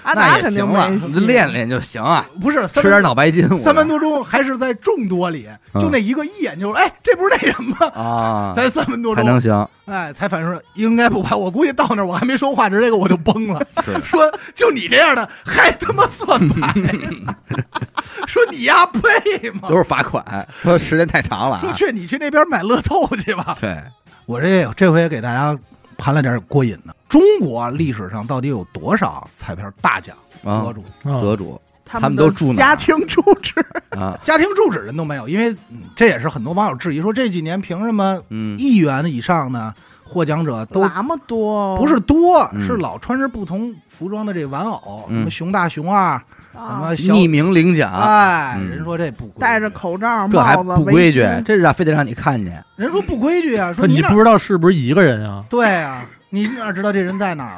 D: 阿
A: 那
D: 达
A: 也
D: 啊肯
A: 行
D: 定
A: 了，
D: 没戏
A: 你练练就行啊，
B: 不是三
A: 吃点
B: 分
A: 脑白金。
B: 三分多钟，还是在众多里，
A: 嗯
B: 就那一个一眼就说，哎，这不是那人吗？
A: 啊，
B: 才三分多
A: 还能
B: 钟，
A: 行，
B: 哎，才反应说应该不吧？我估计到那儿我还没说话，直接给我就崩了，
A: 是
B: 说就你这样的还他妈 算牌，说你丫配吗
A: 都？是罚款，说时间太长了
B: 说
A: 啊。
B: 去你去那边买乐透去吧。
A: 对，啊
B: 我这这回给大家盘了点过瘾的。中国历史上到底有多少彩票大奖
A: 啊
B: 得主？
C: 嗯
A: 得主
D: 他
A: 他们
D: 的
A: 都住哪儿
D: 家庭住址，
A: 啊，
B: 家庭住址人都没有，因为、嗯这也是很多网友质疑说，这几年凭什么
A: 嗯
B: 一元以上的获奖者都
D: 那么多，
B: 不是多，
A: 嗯
B: 是老穿着不同服装的这玩偶，
A: 嗯
B: 什么熊大、熊二，什
D: 啊
B: 么小
A: 匿名领奖，
B: 哎，
A: 嗯
B: 人说这不规矩
D: 戴着，口罩、
A: 这还
D: 帽子、
A: 不规矩
D: 围巾，
A: 这是啊非得让你看见。
B: 人说不规矩啊，说
C: 说你
B: 哪
C: 不知道是不是一个人啊？
B: 对啊，你哪知道这人在哪儿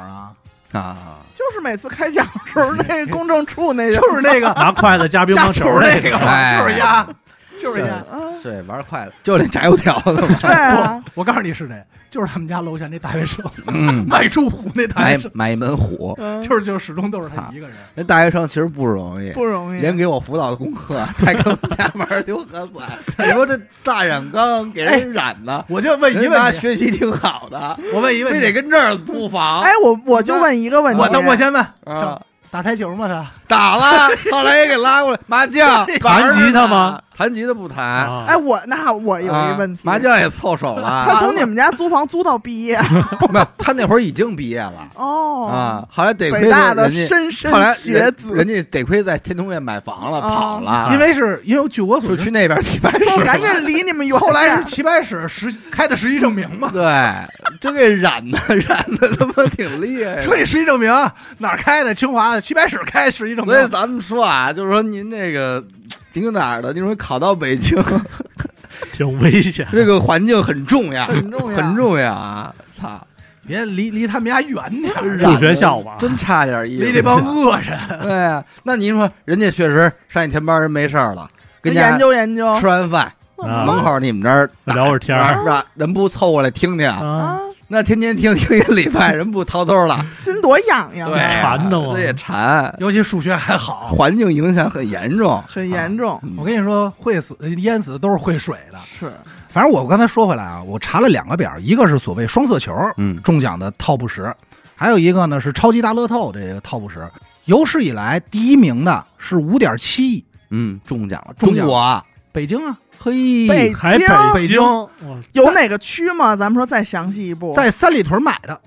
B: 啊？
A: 啊，
D: 就是每次开奖的时候， 那公证处那人
B: 就是那个
C: 拿筷子夹乒
B: 加
C: 乓球
B: 球那个，
A: 哎
B: 就是压，就是
A: 是
B: 压。
D: 啊，
A: 对，玩快了，就那炸油条 子嘛，
D: 对啊，
B: 我告诉你是谁，就是他们家楼下那大 学生，
A: 嗯，
B: 卖猪虎那大
A: 买
B: 学生，
A: 买一门虎，
D: 嗯
B: 就是就始终都是他一个人。
A: 那大学生其实不容易。啊
D: 不容易，
A: 连给我辅导的功课， 还跟我们家玩流合管，你说这大染缸给人染的，
B: 我就问一
A: 人家
B: 问你，
A: 学习挺好的，
B: 我问一问
A: 非得
B: 你，
A: 跟这儿租房
D: 哎哎，我我就问一个问题，
B: 我等我先问，
A: 啊？
B: 打台球吗？他
A: 打 了，后来也给拉过来麻将，玩儿
C: 弹吉他吗
A: 呢？弹吉他不弹，
C: 啊
D: 哎，我那我有
A: 啊
D: 一问题，
A: 麻将啊也凑手 了。
D: 他从你们家租房租到毕业
A: 没有，他那会儿已经毕业了
D: 哦，
A: 啊。后来得亏
D: 北大的
A: 人家，
D: 莘
A: 后来
D: 莘
A: 人
D: 学子，
A: 人家得亏在天通苑买房了，
D: 哦
A: 跑了，
B: 因为是因为据我所
A: 就
B: 知，
A: 去那边棋牌
D: 我
A: 室。
D: 哦赶紧离你们 远点儿。
B: 后来是棋牌室实开的实习证明嘛，
A: 对，真给染的， 染的他妈挺厉害的。
B: 所以实习证明哪儿开的？清华的棋牌室开实习证
A: 所以
B: 明，
A: 咱们说啊，就是说您这个您搁哪儿的？您说考到北京，
C: 挺危险。
A: 这个环境很重要，
D: 很重 要
A: 很重要啊！操，
B: 别离离他们家远点儿，啊
C: 住学校吧
A: 真差点意思。
B: 离这帮恶人。
A: 对啊，那您说人家确实上一天班人没事儿了，跟家
D: 研究研究嗯
A: 吃完饭，
C: 啊
A: 门口你们这儿打
C: 聊会儿天儿
A: 是吧？人不凑过来听听，
C: 啊
D: 啊，，
A: 那天天听听一礼拜，人不偷偷 了，
D: 心多痒痒，
A: 对啊，
C: 馋得慌
A: 这也馋，
B: 尤其数学还好，
A: 环境影响很严重。嗯
D: 很严重，
A: 啊
B: 我跟你说，会死淹死都是会水的。
D: 是
B: 反正我刚才说回来啊，我查了两个表，一个是所谓双色球
A: 嗯
B: 中奖的 top 十，还有一个呢是超级大乐透这个 top 十。有史以来第一名的是五点七亿，
A: 嗯，中奖了，
B: 中
A: 中
B: 奖
A: 国啊，
B: 北京啊，
A: 嘿，
D: 北
C: 还
D: 京
C: 北
B: 北
C: 京，
B: 京
C: 哇
D: 有哪个区吗？咱们说再详细一步，
B: 在三里屯买的，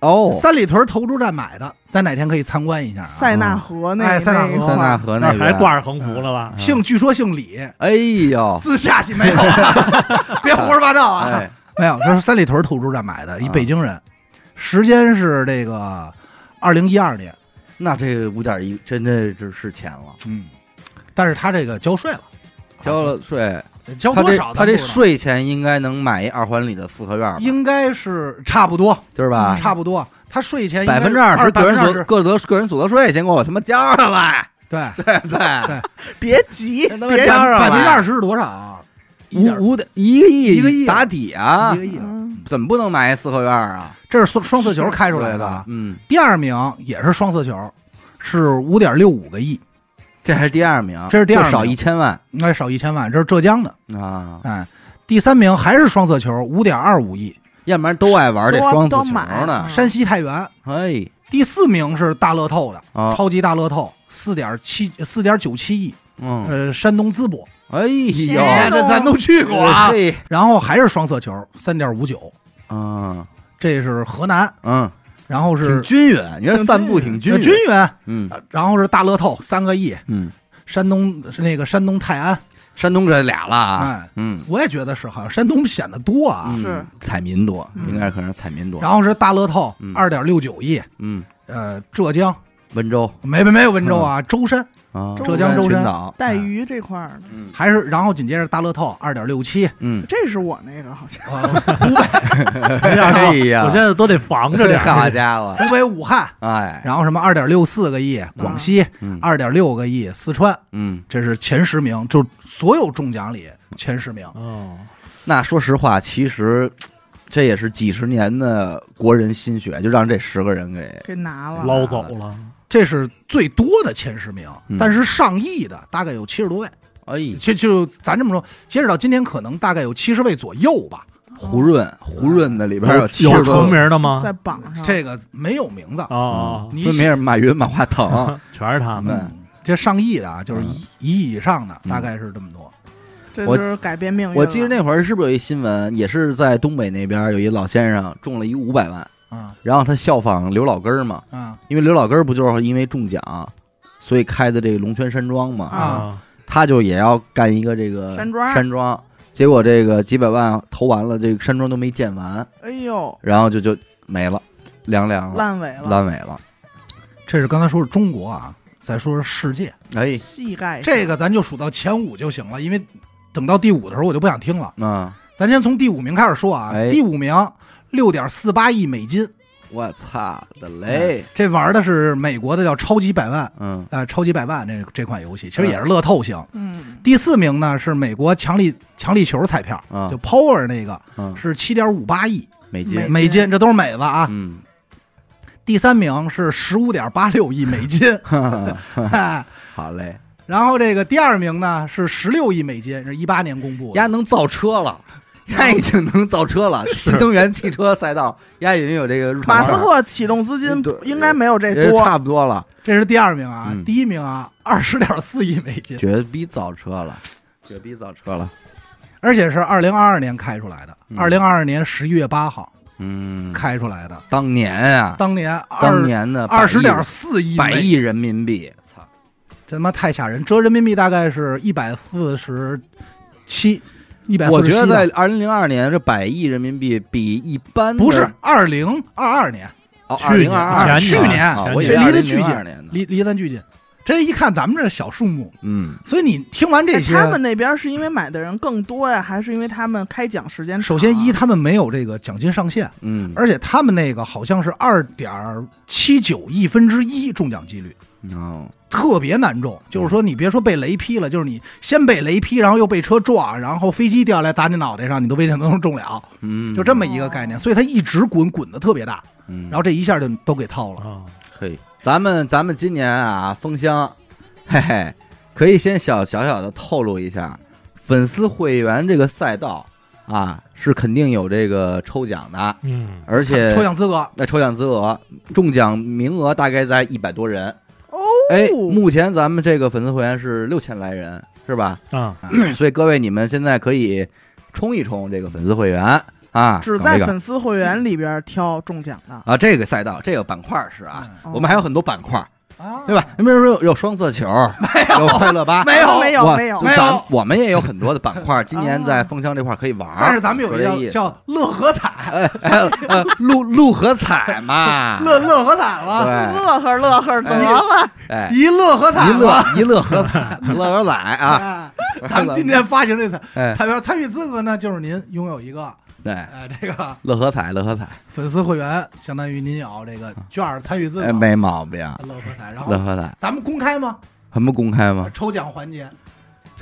A: 哦，
B: 三里屯投注站买的，咱哪天可以参观一下啊？
D: 塞纳河那
B: 哎塞纳河
D: 那一块
A: 塞
D: 儿
A: 纳河
C: 那
A: 边啊
C: 还挂着横幅了
A: 嗯
C: 吧？
B: 姓据说姓李，
A: 哎呦，
B: 自下起没有 啊，别胡说八道啊！
A: 哎，
B: 没有，这是三里屯投注站买的，一
A: 啊
B: 北京人，时间是这个二零一二年，
A: 那这五点一真的这是钱了，
B: 嗯，但是他这个交税了，
A: 交了税，
B: 交
A: 他
B: 多
A: 这
B: 少
A: 他
B: 咱不知道？
A: 这税钱应该能买一二环里的四合院吧，
B: 应该是差不多，
A: 对吧？
B: 差不多。他税前应该
A: 哎百
B: 是
A: 分之二十
B: 百
A: 个
B: 分
A: 人
B: 之二
A: 所
B: 十，
A: 个得个人所得税，先给我他妈交上来，
B: 对，
A: 对不对？
D: 别急，
A: 先他妈
D: 别
A: 交上
B: 百分之二
A: 来，
B: 十是多少啊？一点
A: 五五点一个亿
B: 一个亿
A: 打底啊
B: 一，个亿啊，
D: 嗯
A: 怎么不能买一四合院啊？
B: 这是双双色球开出来的。啊
A: 嗯，
B: 第二名也是双色球，是五点六五个亿，
A: 这还是第二名，
B: 这是第二
A: 就少
B: 名
A: 一千万
B: 应该少一千万。这是浙江的，
A: 啊，
B: 哎。第三名还是双色球，五点二五亿，
A: 要不然都爱玩这
D: 都
A: 双色
D: 都
A: 球
D: 买
A: 呢。
B: 山西太原。
A: 嘿，
B: 第四名是大乐透的，
A: 啊，
B: 超级大乐透，四点七四点九七亿，
A: 嗯，
B: 呃，山东淄博，
A: 哎呦，哎
D: 天哪
B: 这咱都去过啊。
A: 嘿，
B: 然后还是双色球，三点五九，
A: 嗯
B: 这是河南，
A: 嗯，
B: 然后
A: 挺
B: 是
A: 均匀，你看散步挺均
B: 呃均匀，
A: 嗯
B: 呃然后是大乐透三个亿，
A: 嗯，
B: 山东是那个山东泰安，
A: 山东这俩了啊，
B: 哎，
A: 嗯
B: 我也觉得是，好像山东显得多啊。
A: 嗯
D: 是
A: 彩民多，
D: 嗯
A: 应该可能是彩民多。
B: 然后是大乐透
A: 嗯
B: 二点六九亿，
A: 嗯，
B: 呃，浙江
A: 温州
B: 没没没有温州啊，舟山
A: 啊，
D: 浙江
B: 舟
A: 群
B: 山
A: 岛，
B: 哎
D: 带鱼这块儿的，
A: 嗯
B: 还是然后紧接着大乐透二点六七，
A: 嗯，
D: 这是我那个好像
A: 哦
B: 呃
C: 哎呀，
A: 哎呀
C: 我现在都得防着点儿。
A: 好家伙，
B: 湖北武汉，
A: 哎，
B: 然后什么二点六四个亿，广西
A: 嗯
B: 二点六个亿，四川
A: 嗯，
B: 这是前十名，就所有中奖里前十名。
C: 哦，
A: 那说实话，其实这也是几十年的国人心血，就让这十个人给
D: 给拿了，
C: 捞走了，
B: 这是最多的前十名
A: 嗯，
B: 但是上亿的大概有七十多位。
A: 哎
B: 就就咱这么说，截止到今天，可能大概有七十位左右吧。
A: 胡润胡润的里边有七
C: 有
A: 十
C: 重
A: 多嗯个，
C: 名的吗？
D: 在榜
A: 嗯
D: 上
B: 这个没有名
A: 啊
B: 字，
C: 哦哦，
B: 你
A: 分别是马云、马化腾，
C: 哦 全是他们。
B: 嗯，这上亿的啊，就是一一亿以上的，
A: 嗯
B: 大概是这么多。
D: 这
A: 我
D: 就是改变命运了。
A: 我记得那会儿是不是有一新闻，也是在东北那边有一老先生中了一五百万，
B: 啊
A: 然后他效仿刘老根儿嘛，
B: 啊
A: 因为刘老根儿不就是因为中奖，所以开的这个龙泉山庄嘛，
D: 啊
C: 啊，
A: 他就也要干一个这个
D: 山庄
A: 啊山庄，结果这个几百万投完了，这个山庄都没建完，
D: 哎呦，
A: 然后就就没了，凉凉了，
D: 烂尾了，
A: 烂尾了，
B: 这是刚才说是中国啊，再说说世界，
A: 哎，
D: 膝盖
B: 这个咱就数到前五就行了，因为等到第五的时候我就不想听了。
A: 嗯，
B: 咱先从第五名开始说啊，
A: 哎
B: 第五名六点四八亿美金，
A: 我操的嘞，
B: 这玩的是美国的叫超级百万，
A: 哎嗯
B: 呃，超级百万这这款游戏，其实也是乐透型。
D: 嗯，
B: 第四名呢是美国强力强力球彩票，
A: 啊
B: 就 Power 那个
A: 嗯，
B: 是七点五八亿
A: 美金，
D: 美
B: 美金，这都是美子啊。
A: 嗯，
B: 第三名是十五点八六亿 美金， 哎
A: 好嘞，
B: 然后这个第二名呢是十六亿美金，是一八年公布的。
A: 丫能造车了，他已经能造车 了。新能源汽车赛道，家已经有这个入场
D: 马
A: 券
D: 斯
A: 了。
D: 克启动资金
A: 对
D: 应该没有这
A: 也
D: 多，哎
A: 差不多了，
B: 这是第二名啊，
A: 嗯
B: 第一名啊，二十点四亿美金，
A: 绝逼造车了，绝逼造车了。
B: 而且是二零二二年开出来的，
A: 嗯
B: 二零二二年十一月八号
A: 嗯，
B: 开出来的，
A: 当年啊，
B: 当年二
A: 当年的
B: 二十点
A: 点
B: 四亿
A: 百
B: 美
A: 亿人民币，操，
B: 这他妈太吓人，折人民币大概是一百四十七，啊一百
A: 我觉得在二零零二年这百亿人民币比一般的
B: 不是二零二二年，
A: 哦二
C: 去
A: 零
C: 年
A: 二二
B: 2022
C: 前
B: 去年
C: 年
A: 啊，我以
B: 这
A: 为
B: 离得巨
A: 2002
B: 近
A: 年呢，
B: 离离咱巨近。这一看咱们这小数目，
A: 嗯，
B: 所以你听完这
D: 哎
B: 些，
D: 他们那边是因为买的人更多呀，还是因为他们开奖时间长啊？
B: 首先一他们没有这个奖金上限，
A: 嗯，
B: 而且他们那个好像是二点七九亿分之一中奖几率，
A: 哦，
B: 特别难中。就是说，你别说被雷劈了，就是你先被雷劈，然后又被车撞，然后飞机掉下来打你脑袋上，你都未必能中了，
A: 嗯，
B: 就这么一个概念。所以它一直滚，滚的特别大，
A: 嗯，
B: 然后这一下就都给套了。
C: 啊，
A: 嘿，咱们咱们今年啊，封箱，嘿嘿，可以先小小小的透露一下，粉丝会员这个赛道啊，是肯定有这个抽奖的，
C: 嗯，
A: 而且
B: 抽奖资格
A: 那抽奖资额中奖名额大概在一百多人。
D: 哦，
A: 哎，目前咱们这个粉丝会员是六千来人，是吧？
C: 啊，
A: 所以各位你们现在可以冲一冲这个粉丝会员啊，
D: 只
A: 搞
D: 在
A: 这个
D: 粉丝会员里边挑中奖的，
A: 啊这个赛道这个板块是啊，
D: 嗯
A: 我们还有很多板块，
B: 啊
A: 对吧？？比如说有有双色球， 有快乐吧，
B: 没有
D: 没有
A: 我
D: 没有
A: 就
B: 没有啊
A: 咱我们也有很多的板块，今年在封箱这块可以玩儿。
B: 但是咱们有
A: 啊说这
B: 一
A: 意
B: 个
A: 思
B: 叫乐和彩，
A: 哎呃陆陆和彩嘛，
B: 乐乐和彩嘛，
A: 哎对，
D: 乐呵乐呵，得了，
A: 哎，
B: 一乐和彩
A: 一
B: 嘛
A: 乐。一乐和彩，乐和彩啊，
B: 啊！ 咱们今天发行这彩
A: 哎，
B: 彩票参与资格呢，就是您拥有一个
A: 对，
B: 呃这个
A: 乐和彩，乐和彩，
B: 粉丝会员，相当于您有这个券儿参与资格，
A: 哎，没毛病，
B: 乐和彩。然
A: 乐
B: 后
A: 和彩，
B: 咱们公开吗？
A: 还不公开吗？
B: 抽奖环节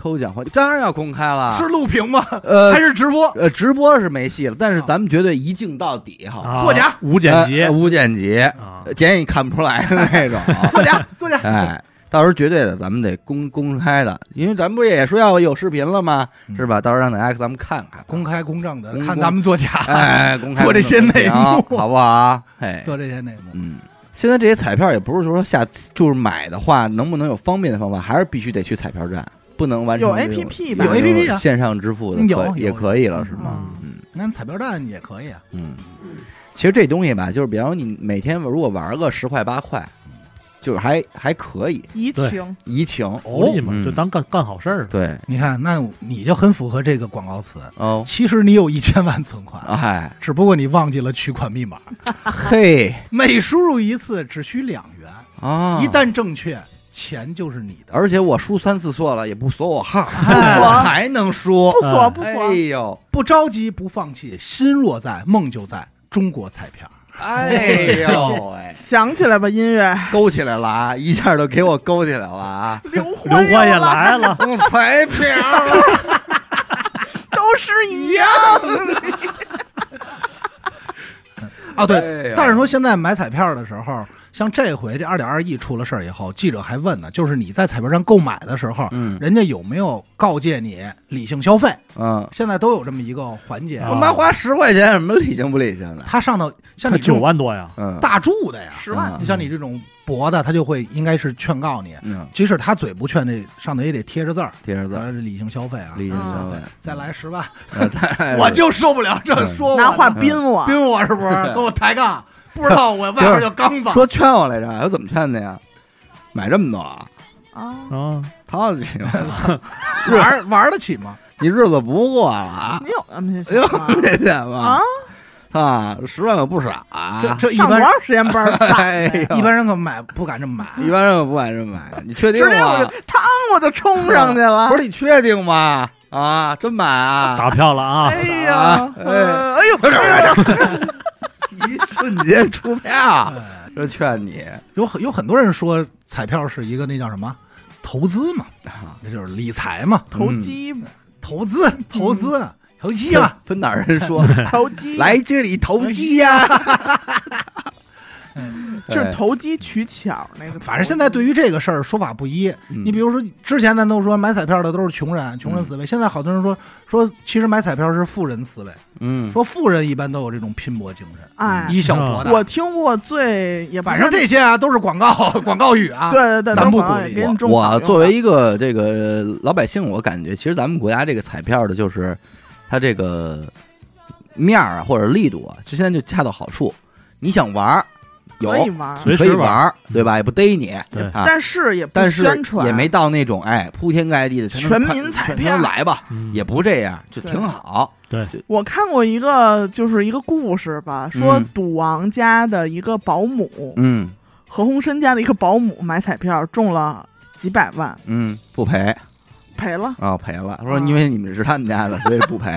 A: 抽奖环当然要公开了，
B: 是录屏吗？
A: 呃
B: 还是啊直 播？
A: 呃，直播是没戏了，但是咱们绝对一镜到底，好吧，
C: 啊
B: 作假
C: 无剪辑
A: 呃无剪辑，
C: 啊，
A: 剪也看不出来的那种，啊
B: 作假，作假！
A: 哎，到时候绝对的，咱们得公公开的，因为咱们不也说要有视频了吗？
B: 嗯
A: 是吧？到时候让大家咱们看 看，
B: 公开公正的
A: 公
B: 看咱们作假，
A: 哎，公开
B: 做这些内幕
A: 啊好不 好？哎，
B: 做这些内幕。
A: 嗯，现在这些彩票也不是说下就是买的话，能不能有方便的方法，还是必须得去彩票站，不能完成
D: 有
A: 这种
D: APP
B: 吧有 APP 啊
A: 线上支付的
B: 有
A: 可
B: 有
A: 也可以了，是吗？
D: 嗯
C: 嗯
A: 嗯
B: 那彩票站也可以啊，
A: 嗯，其实这东西吧，就是比方说你每天如果玩个十块八块，就是还还可以
D: 怡情
A: 怡情。
C: 福利嘛
A: 嗯，
C: 就当干干好事儿。
A: 对，
B: 你看，那你就很符合这个广告词。
A: 哦，
B: 其实你有一千万存款，
D: 啊
A: 哎，
B: 只不过你忘记了取款密码。
A: 嘿
B: 每输入一次只需两元，
A: 啊！
B: 一旦正确，钱就是你的。
A: 而且我输三次错了也不锁 我号，不
B: 哎
A: 锁还能输
D: 不，锁啊
C: 嗯
D: 不
A: 哎
D: 锁，
A: 呦，
B: 不着急，不放弃，心若在，梦就在。中国彩票，
A: 哎呦喂，
D: 想起来吧，音乐
A: 勾起来了啊！一下都给我勾起来了啊！
D: 刘
C: 刘
D: 欢
C: 欢也
D: 又了，
C: 来了，
A: 中彩票，
D: 都是一样，
B: 啊，
A: 哎
B: 对
A: 呀。
B: 但是说现在买彩票的时候，像这回这二点二亿出了事儿以后，记者还问呢，就是你在彩票上购买的时候，
A: 嗯
B: 人家有没有告诫你理性消费？
A: 嗯，
B: 现在都有这么一个环节。
A: 我
C: 啊
A: 妈花十块钱，有什么理性不理性的？
B: 他上头像
C: 他
B: 你这
C: 九
B: 种
C: 万多呀，
A: 嗯，
B: 大注的呀，
D: 十万
A: 嗯
B: 你像你这种博的，他就会应该是劝告你，
A: 嗯，
B: 即使他嘴不劝，这上头也得贴着字儿，
A: 贴着字儿，
B: 咱理性消费啊，
A: 理性消
D: 嗯
A: 费，
B: 再来十万，
A: 呃， 再
B: 我就受不了这
A: 嗯
C: 嗯
B: 说我
D: 拿话啊宾我，
B: 冰 我是不是？跟我抬杠，不知道我外边叫刚子。
A: 说劝我来着，我怎么劝的呀？买这么多啊，
D: 啊，
C: 啊，
A: 淘气，
B: 玩玩得起吗？
A: 你日子不过了啊？
D: 你有那么些
A: 哎呦
D: 钱吗？，
A: 这点
D: 啊
A: 吧，，啊，十万可不傻啊！
B: 这这一
D: 上多
B: 般
D: 长时间班儿？
A: 哎呦
B: 一般人可买不敢这么买。
A: 一般人可不敢这么买，你确定
D: 直接我
A: 吗
D: 就？趟我就冲上去了
A: 哎啊不。是你确定吗？啊，真买啊！
C: 打票了啊，
D: 哎呀，
A: 啊哎
D: 呃哎呦，哎呦
A: 一瞬间出票，
B: 哎
A: 这劝你
B: 有很有很多人说彩票是一个那叫什么投资嘛，
A: 啊
B: 那就是理财嘛，
D: 投 机，
B: 投资投资
A: 嗯
B: 投机啊嘛。
A: 分 哪儿人说
D: 投机，
B: 哎
A: 来这里投机呀？
D: 就是投机取巧那个。
B: 反正现在对于这个事儿说法不一。
A: 嗯
B: 你比如说，之前咱都说买彩票的都是穷人，穷人思维。现在好多人说说，其实买彩票是富人思维，
A: 嗯，
B: 说富人一般都有这种拼搏精神，
D: 哎，
B: 以小博大。
D: 我听过最也
B: 嗯
D: 不
B: 反正
D: 算
B: 这些啊都是广告广告语啊。
D: 对对对，
B: 咱不
D: 都朋友
B: 鼓励
D: 也给你种草
A: 我
D: 用
A: 作
D: 的
A: 为一个这个老百姓，我感觉其实咱们国家这个彩票的，就是它这个面儿啊或者力度啊，就现在就恰到好处。你想玩儿，有
D: 可以玩儿，
C: 随
A: 可
C: 时
A: 以
C: 玩
A: 玩儿，对吧？也不逮你
C: 对
A: 啊，
D: 但是也不
A: 但是
D: 宣传，
A: 也没到那种哎铺天盖地的全都
D: 全
A: 看
D: 民彩
A: 全都
D: 票
A: 来吧，
C: 嗯
A: 也不这样，就
D: 对
A: 挺好。
D: 我看过一个，就是一个故事吧，说
A: 嗯
D: 赌王家的一个保姆，
A: 嗯
D: 何鸿燊家的一个保姆买彩票中了几百万，
A: 嗯，不赔。
D: 赔了
A: 啊，赔了。说
D: 啊
A: 因为你们是他们家的，所以不赔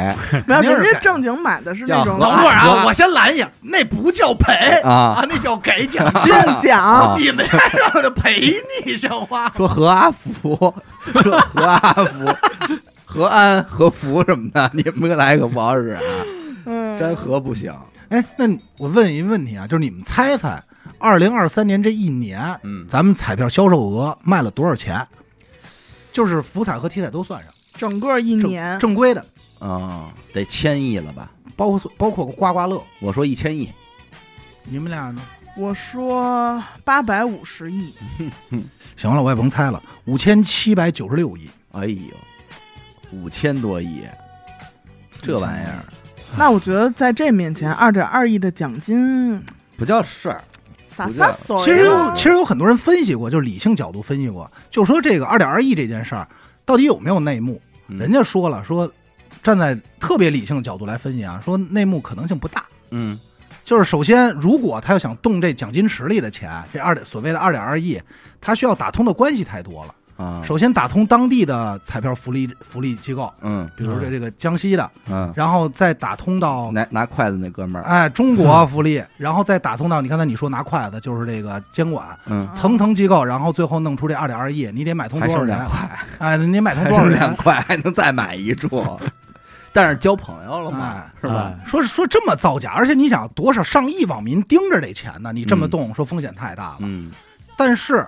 D: 没
B: 肯
D: 有，
B: 定是
D: 人
B: 赔
D: 家正经买的是那种
A: 叫
B: 等会儿啊，
A: 啊
B: 我先拦一下，那不叫赔
A: 啊。
B: 啊，那叫 给奖金。
D: 中奖，
A: 啊
B: 你们还让他赔你，像话吗？
A: 说何阿福， 说何阿福，何安、何福什么的，你们来可不好使啊，
D: 嗯，
A: 沾和不行。
B: 哎，那你我问一个问题啊，就是你们猜猜，二零二三年这一年，
A: 嗯
B: 咱们彩票销售额卖了多少钱？就是福彩和体彩都算上，
D: 整个一年
B: 正正规的，
A: 啊，得千亿了吧？
B: 包括包括刮刮乐。
A: 我说一千亿，
B: 你们俩呢？
D: 我说八百五十亿，
B: 行了，我也甭猜了，五千七百九十六亿，
A: 哎呦，五千多亿，这玩意儿
D: 那我觉得在这面前，二点二亿的奖金，
A: 不叫事儿。
D: 撒
A: 不
D: 撒
A: 是
D: 手呀。
B: 其实有其实有很多人分析过，就是理性角度分析过，就说这个二点二亿这件事儿到底有没有内幕？
A: 嗯
B: 人家说了，说站在特别理性的角度来分析啊，说内幕可能性不大。
A: 嗯
B: 就是首先，如果他要想动这奖金池里的钱，这二点所谓的二点二亿，他需要打通的关系太多了。
A: 啊，
B: 首先打通当地的彩票福利福利机构，
A: 嗯
B: 比如这这个江西的，
A: 嗯，
B: 然后再打通到
A: 拿拿筷子那哥们儿，
B: 哎 中国福利，然后再打通到你刚才你说拿筷子就是这个监管。
A: 嗯，
B: 层层机构，然后最后弄出这二点二亿，你得买通
A: 还
B: 多少
A: 剩
B: 人
A: 两？块，
B: 哎，你得买通
A: 还
B: 多少
A: 剩两
B: 人？
A: 块，还能再买一注，但是交朋友了嘛
B: 哎，
A: 是吧？
C: 哎
B: 说说这么造假，而且你想多少上亿网民盯着这钱呢？你这么
A: 嗯
B: 动，说风险太大了。
A: 嗯
B: 但是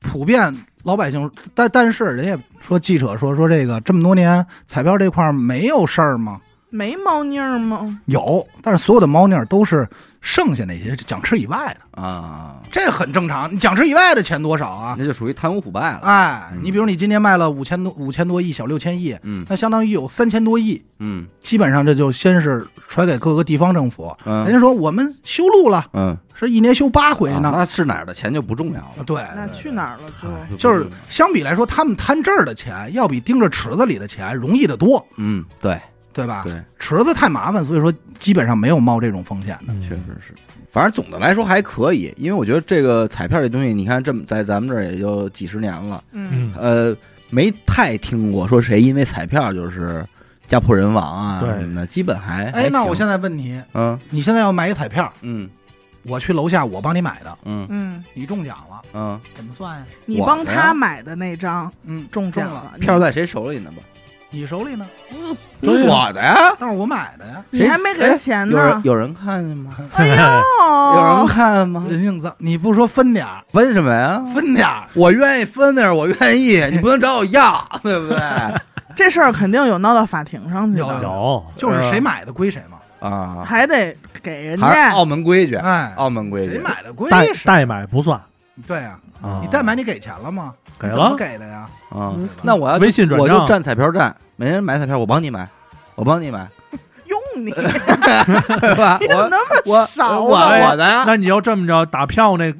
B: 普遍老百姓，但但是人也说记者说说这个这么多年彩票这块儿没有事儿吗？
D: 没猫腻儿吗？
B: 有，但是所有的猫腻儿都是剩下那些奖池以外的，
A: 啊，
B: 这很正常。你奖池以外的钱多少啊？
A: 那就属于贪污腐败了。
B: 哎，
A: 嗯
B: 你比如你今年卖了五千多五千多亿，小六千亿，
A: 嗯
B: 那相当于有三千多亿，
A: 嗯
B: 基本上这就先是甩给各个地方政府。人
A: 嗯
B: 家说我们修路了，
A: 嗯，
B: 是一年修八回
A: 啊
B: 呢。
A: 那是哪儿的钱就不重要了，啊
B: 对，
D: 那
B: 对
D: 去哪儿了就？
A: 不
B: 就是
A: 重要
B: 相比来说，他们摊这儿的钱要比盯着池子里的钱容易得多，
A: 嗯，对
B: 对吧？
A: 对，
B: 池子太麻烦，所以说基本上没有冒这种风险的。
C: 嗯
A: 确实是。反正总的来说还可以，因为我觉得这个彩票这东西，你看这么在咱们这儿也就几十年了，
D: 嗯
C: 嗯，
A: 呃，没太听过说谁因为彩票就是家破人亡啊
C: 对
A: 什么的，基本还
B: 哎，那
A: 在
B: 我现在问你，
A: 嗯
B: 你现在要买一彩票，
A: 嗯
B: 我去楼下我帮你买的，
A: 嗯
D: 嗯，
B: 你中奖了，
A: 嗯，
B: 怎么算呀？
D: 你
A: 我
D: 帮
A: 的
D: 他买的那张
B: 嗯，
D: 中
B: 中
D: 奖
B: 了，
D: 你
A: 票在谁手里呢吧？
B: 你手里呢？
C: 对呀
A: 我的呀，
B: 但是我买的呀，
D: 你还没给钱
A: 有人
D: 呢。哦
A: 有人看见吗？
D: 哎 呦，
A: 有人看吗？
B: 人性脏，你不说分点儿，
A: 分什么呀？
B: 分点儿，
A: 我愿意分那是我愿意，你不能找我要，对不对？
D: 这事儿肯定有闹到法庭上去
B: 有
D: 的，
C: 有
B: 就是谁买的归谁嘛。
A: 啊，
D: 还得给人
A: 还是
D: 家
A: 澳门规矩，
B: 哎，
A: 澳门规
B: 谁
A: 矩。
B: 买的归
C: 代
B: 谁？
C: 代买不算，
B: 对呀，
A: 啊
B: 你代买你给钱了吗？
C: 给
B: 你怎么
C: 了
B: 给的呀？
A: 啊
B: 嗯？
A: 那我要
C: 微信转
A: 我
C: 账
A: 就站彩票站，没人买彩票，我帮你买，我帮你 买，
D: 用 你，
A: 对吧？啊
D: 你怎么
A: 我
D: 那
A: 我
D: 么少啊
A: 我
B: 哎
D: 呢？
A: 我的呀，
C: 那你要这么着打票那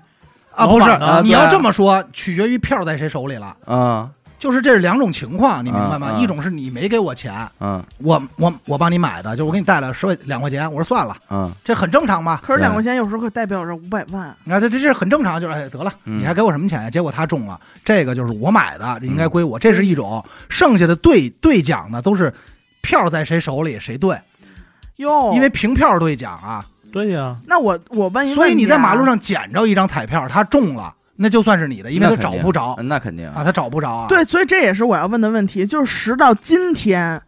B: 啊，
C: 老
B: 不是
C: 板呢
A: 啊，
B: 你
A: 对
B: 要
A: 啊
B: 这么说，取决于票在谁手里了。
A: 嗯
B: 就是这是两种情况，你明白吗？
A: 嗯嗯
B: 一种是你没给我钱，
A: 嗯
B: 我我我帮你买的，就我给你带了十块两块钱，我说算了，
A: 嗯
B: 这很正常吧？
D: 可是
A: 对
D: 两块钱有时候可代表着五百万，
B: 你看这这这很正常，就是哎得了，
A: 嗯
B: 你还给我什么钱呀？结果他中了，这个就是我买的，这应该归我，这是
A: 嗯
B: 一种。剩下的兑兑奖呢，都是票在谁手里谁兑，
A: 哦
D: 哟，
B: 因为凭票兑奖啊。
C: 对呀，，
D: 那我我问一问、啊
B: 所以你在马路，上捡着一张彩票，他中了，那就算是你的，因为
A: 那肯
B: 他找
A: 定
B: 不着
A: 嗯那肯定
B: 啊，他找不着啊。
D: 对，所以这也是我要问的问题，就是时到今天，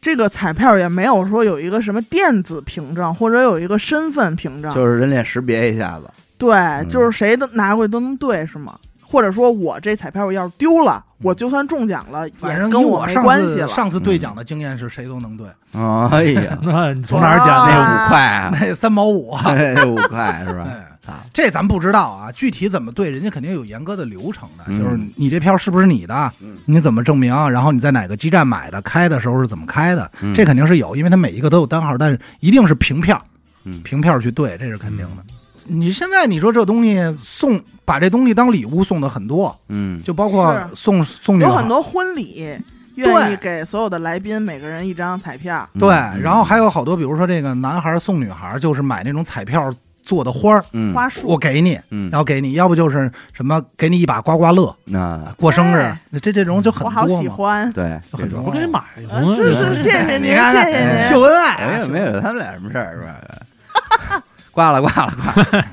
D: 这个彩票也没有说有一个什么电子凭证或者有一个身份凭证，
A: 啊就是人脸识别一下子，
B: 嗯
D: 对，就是谁都拿过去都能对是吗？或者说我这彩票我要是丢了，我就算中奖了，
B: 嗯反
D: 也
B: 正
D: 跟
B: 以
D: 我
B: 我
D: 没
B: 上
D: 关系
B: 次
D: 了。
B: 上次兑奖的经验是谁都能兑，
A: 哎呀
C: 那你从哪儿捡
A: 那
C: 的？
A: 五块啊，
B: 那三毛五啊，
A: 那五块是 吧？
B: 哎
A: 操，
B: 这咱不知道啊，具体怎么兑，人家肯定有严格的流程的，
A: 嗯
B: 就是你这票是不是你的
A: 嗯，
B: 你怎么证明，然后你在哪个基站买的，开的时候是怎么开的，
A: 嗯
B: 这肯定是有，因为它每一个都有单号，但是一定是凭票
A: 嗯，
B: 凭票去兑，这是肯定的。你现在你说这东西送，把这东西当礼物送的很多，
A: 嗯，
B: 就包括
D: 是
B: 送送女
D: 有
B: 孩
D: 很多婚礼愿意给所有的来宾每个人一张彩票，
B: 对，
A: 嗯
B: 然后还有好多，比如说这个男孩送女孩，就是买那种彩票做的花儿，
A: 嗯
D: 花束
B: 我给你，
A: 嗯，
B: 然后给你，要不就是什么给你一把刮刮乐，
A: 那
B: 过生日
D: 哎，
B: 这这种就很
D: 我好
B: 多
D: 喜
B: 嘛，
D: 欢。
A: 啊对，
B: 就很多
C: 不给你买嗯
D: 啊是是，谢谢您，
B: 你看
D: 谢
B: 看哎
D: 谢您。
B: 秀恩
A: 没有
B: 爱啊，
A: 哎没有，他们俩什么事儿是吧？ 挂了挂了挂了，
D: 挂了吧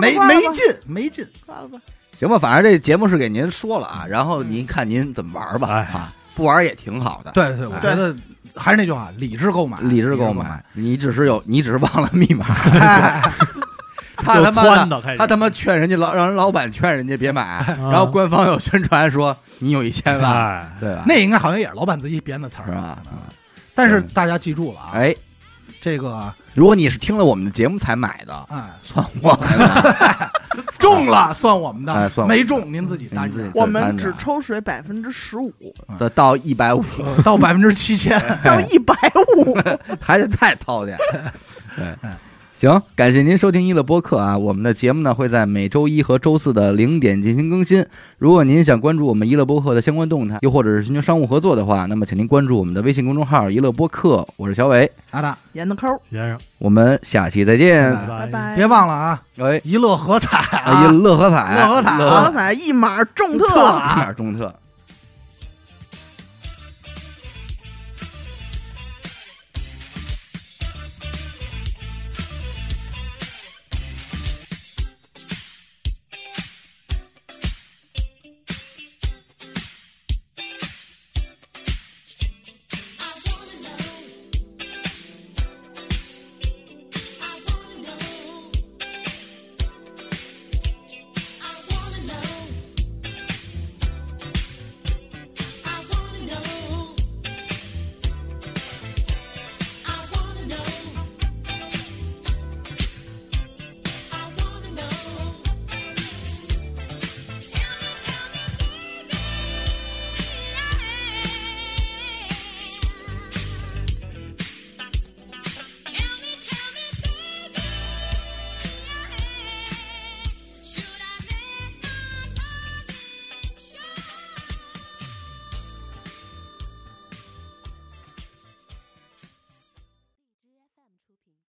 B: 没
D: 挂了
B: 没
D: 吧
B: 劲没劲，
D: 挂了吧。
A: 行吧，反正这节目是给您说了啊，然后您看您怎么玩儿吧
C: 哎
A: 啊，不玩儿也挺好的，
B: 对对，我觉得还是那句话，理智哎购买，
A: 理智购
B: 买，
A: 买，你只是有你只是忘了密码，
B: 哎
A: 他
C: 又
A: 他妈
C: 窜
A: 的
C: 的开始
A: 他他妈劝人家老让人老板劝人家别买，然后官方又宣传说你有一千万，
C: 哎，
A: 对吧？
B: 那应该好像也是老板自己编的词
A: 是
B: 儿，
A: 吧？
B: 但是大家记住了啊，
A: 哎，
B: 这个啊
A: 如果你是听了我们的节目才买的，
B: 哎
A: 算我们的，
B: 中了算我们
A: 哎
B: 的
A: 算，我们的
B: 没中您自己担
A: 您自
B: 着
A: 己。
D: 我们只抽水百分之十 五
A: 得到一百五，
B: 呃到百分之七千，
D: 到一百五，
A: 还得再掏点。 对，行，感谢您收听一乐播客啊！我们的节目呢会在每周一和周四的零点进行更新。如果您想关注我们一乐播客的相关动态，又或者是寻求商务合作的话，那么请您关注我们的微信公众号“一乐播客”，我是小伟，
B: 阿达，
D: 严的抠，
C: 先生，
A: 我们下期再见。
D: 拜
C: 拜。
D: 拜。
B: 别忘了啊，
A: 哎，
B: 一乐合彩
A: 哎
B: 啊
A: 乐喝彩，哎
B: 乐喝彩啊
A: 乐
D: 好
A: 喝
D: 彩一码中
B: 中特
D: 特。
A: 彩，中特。啊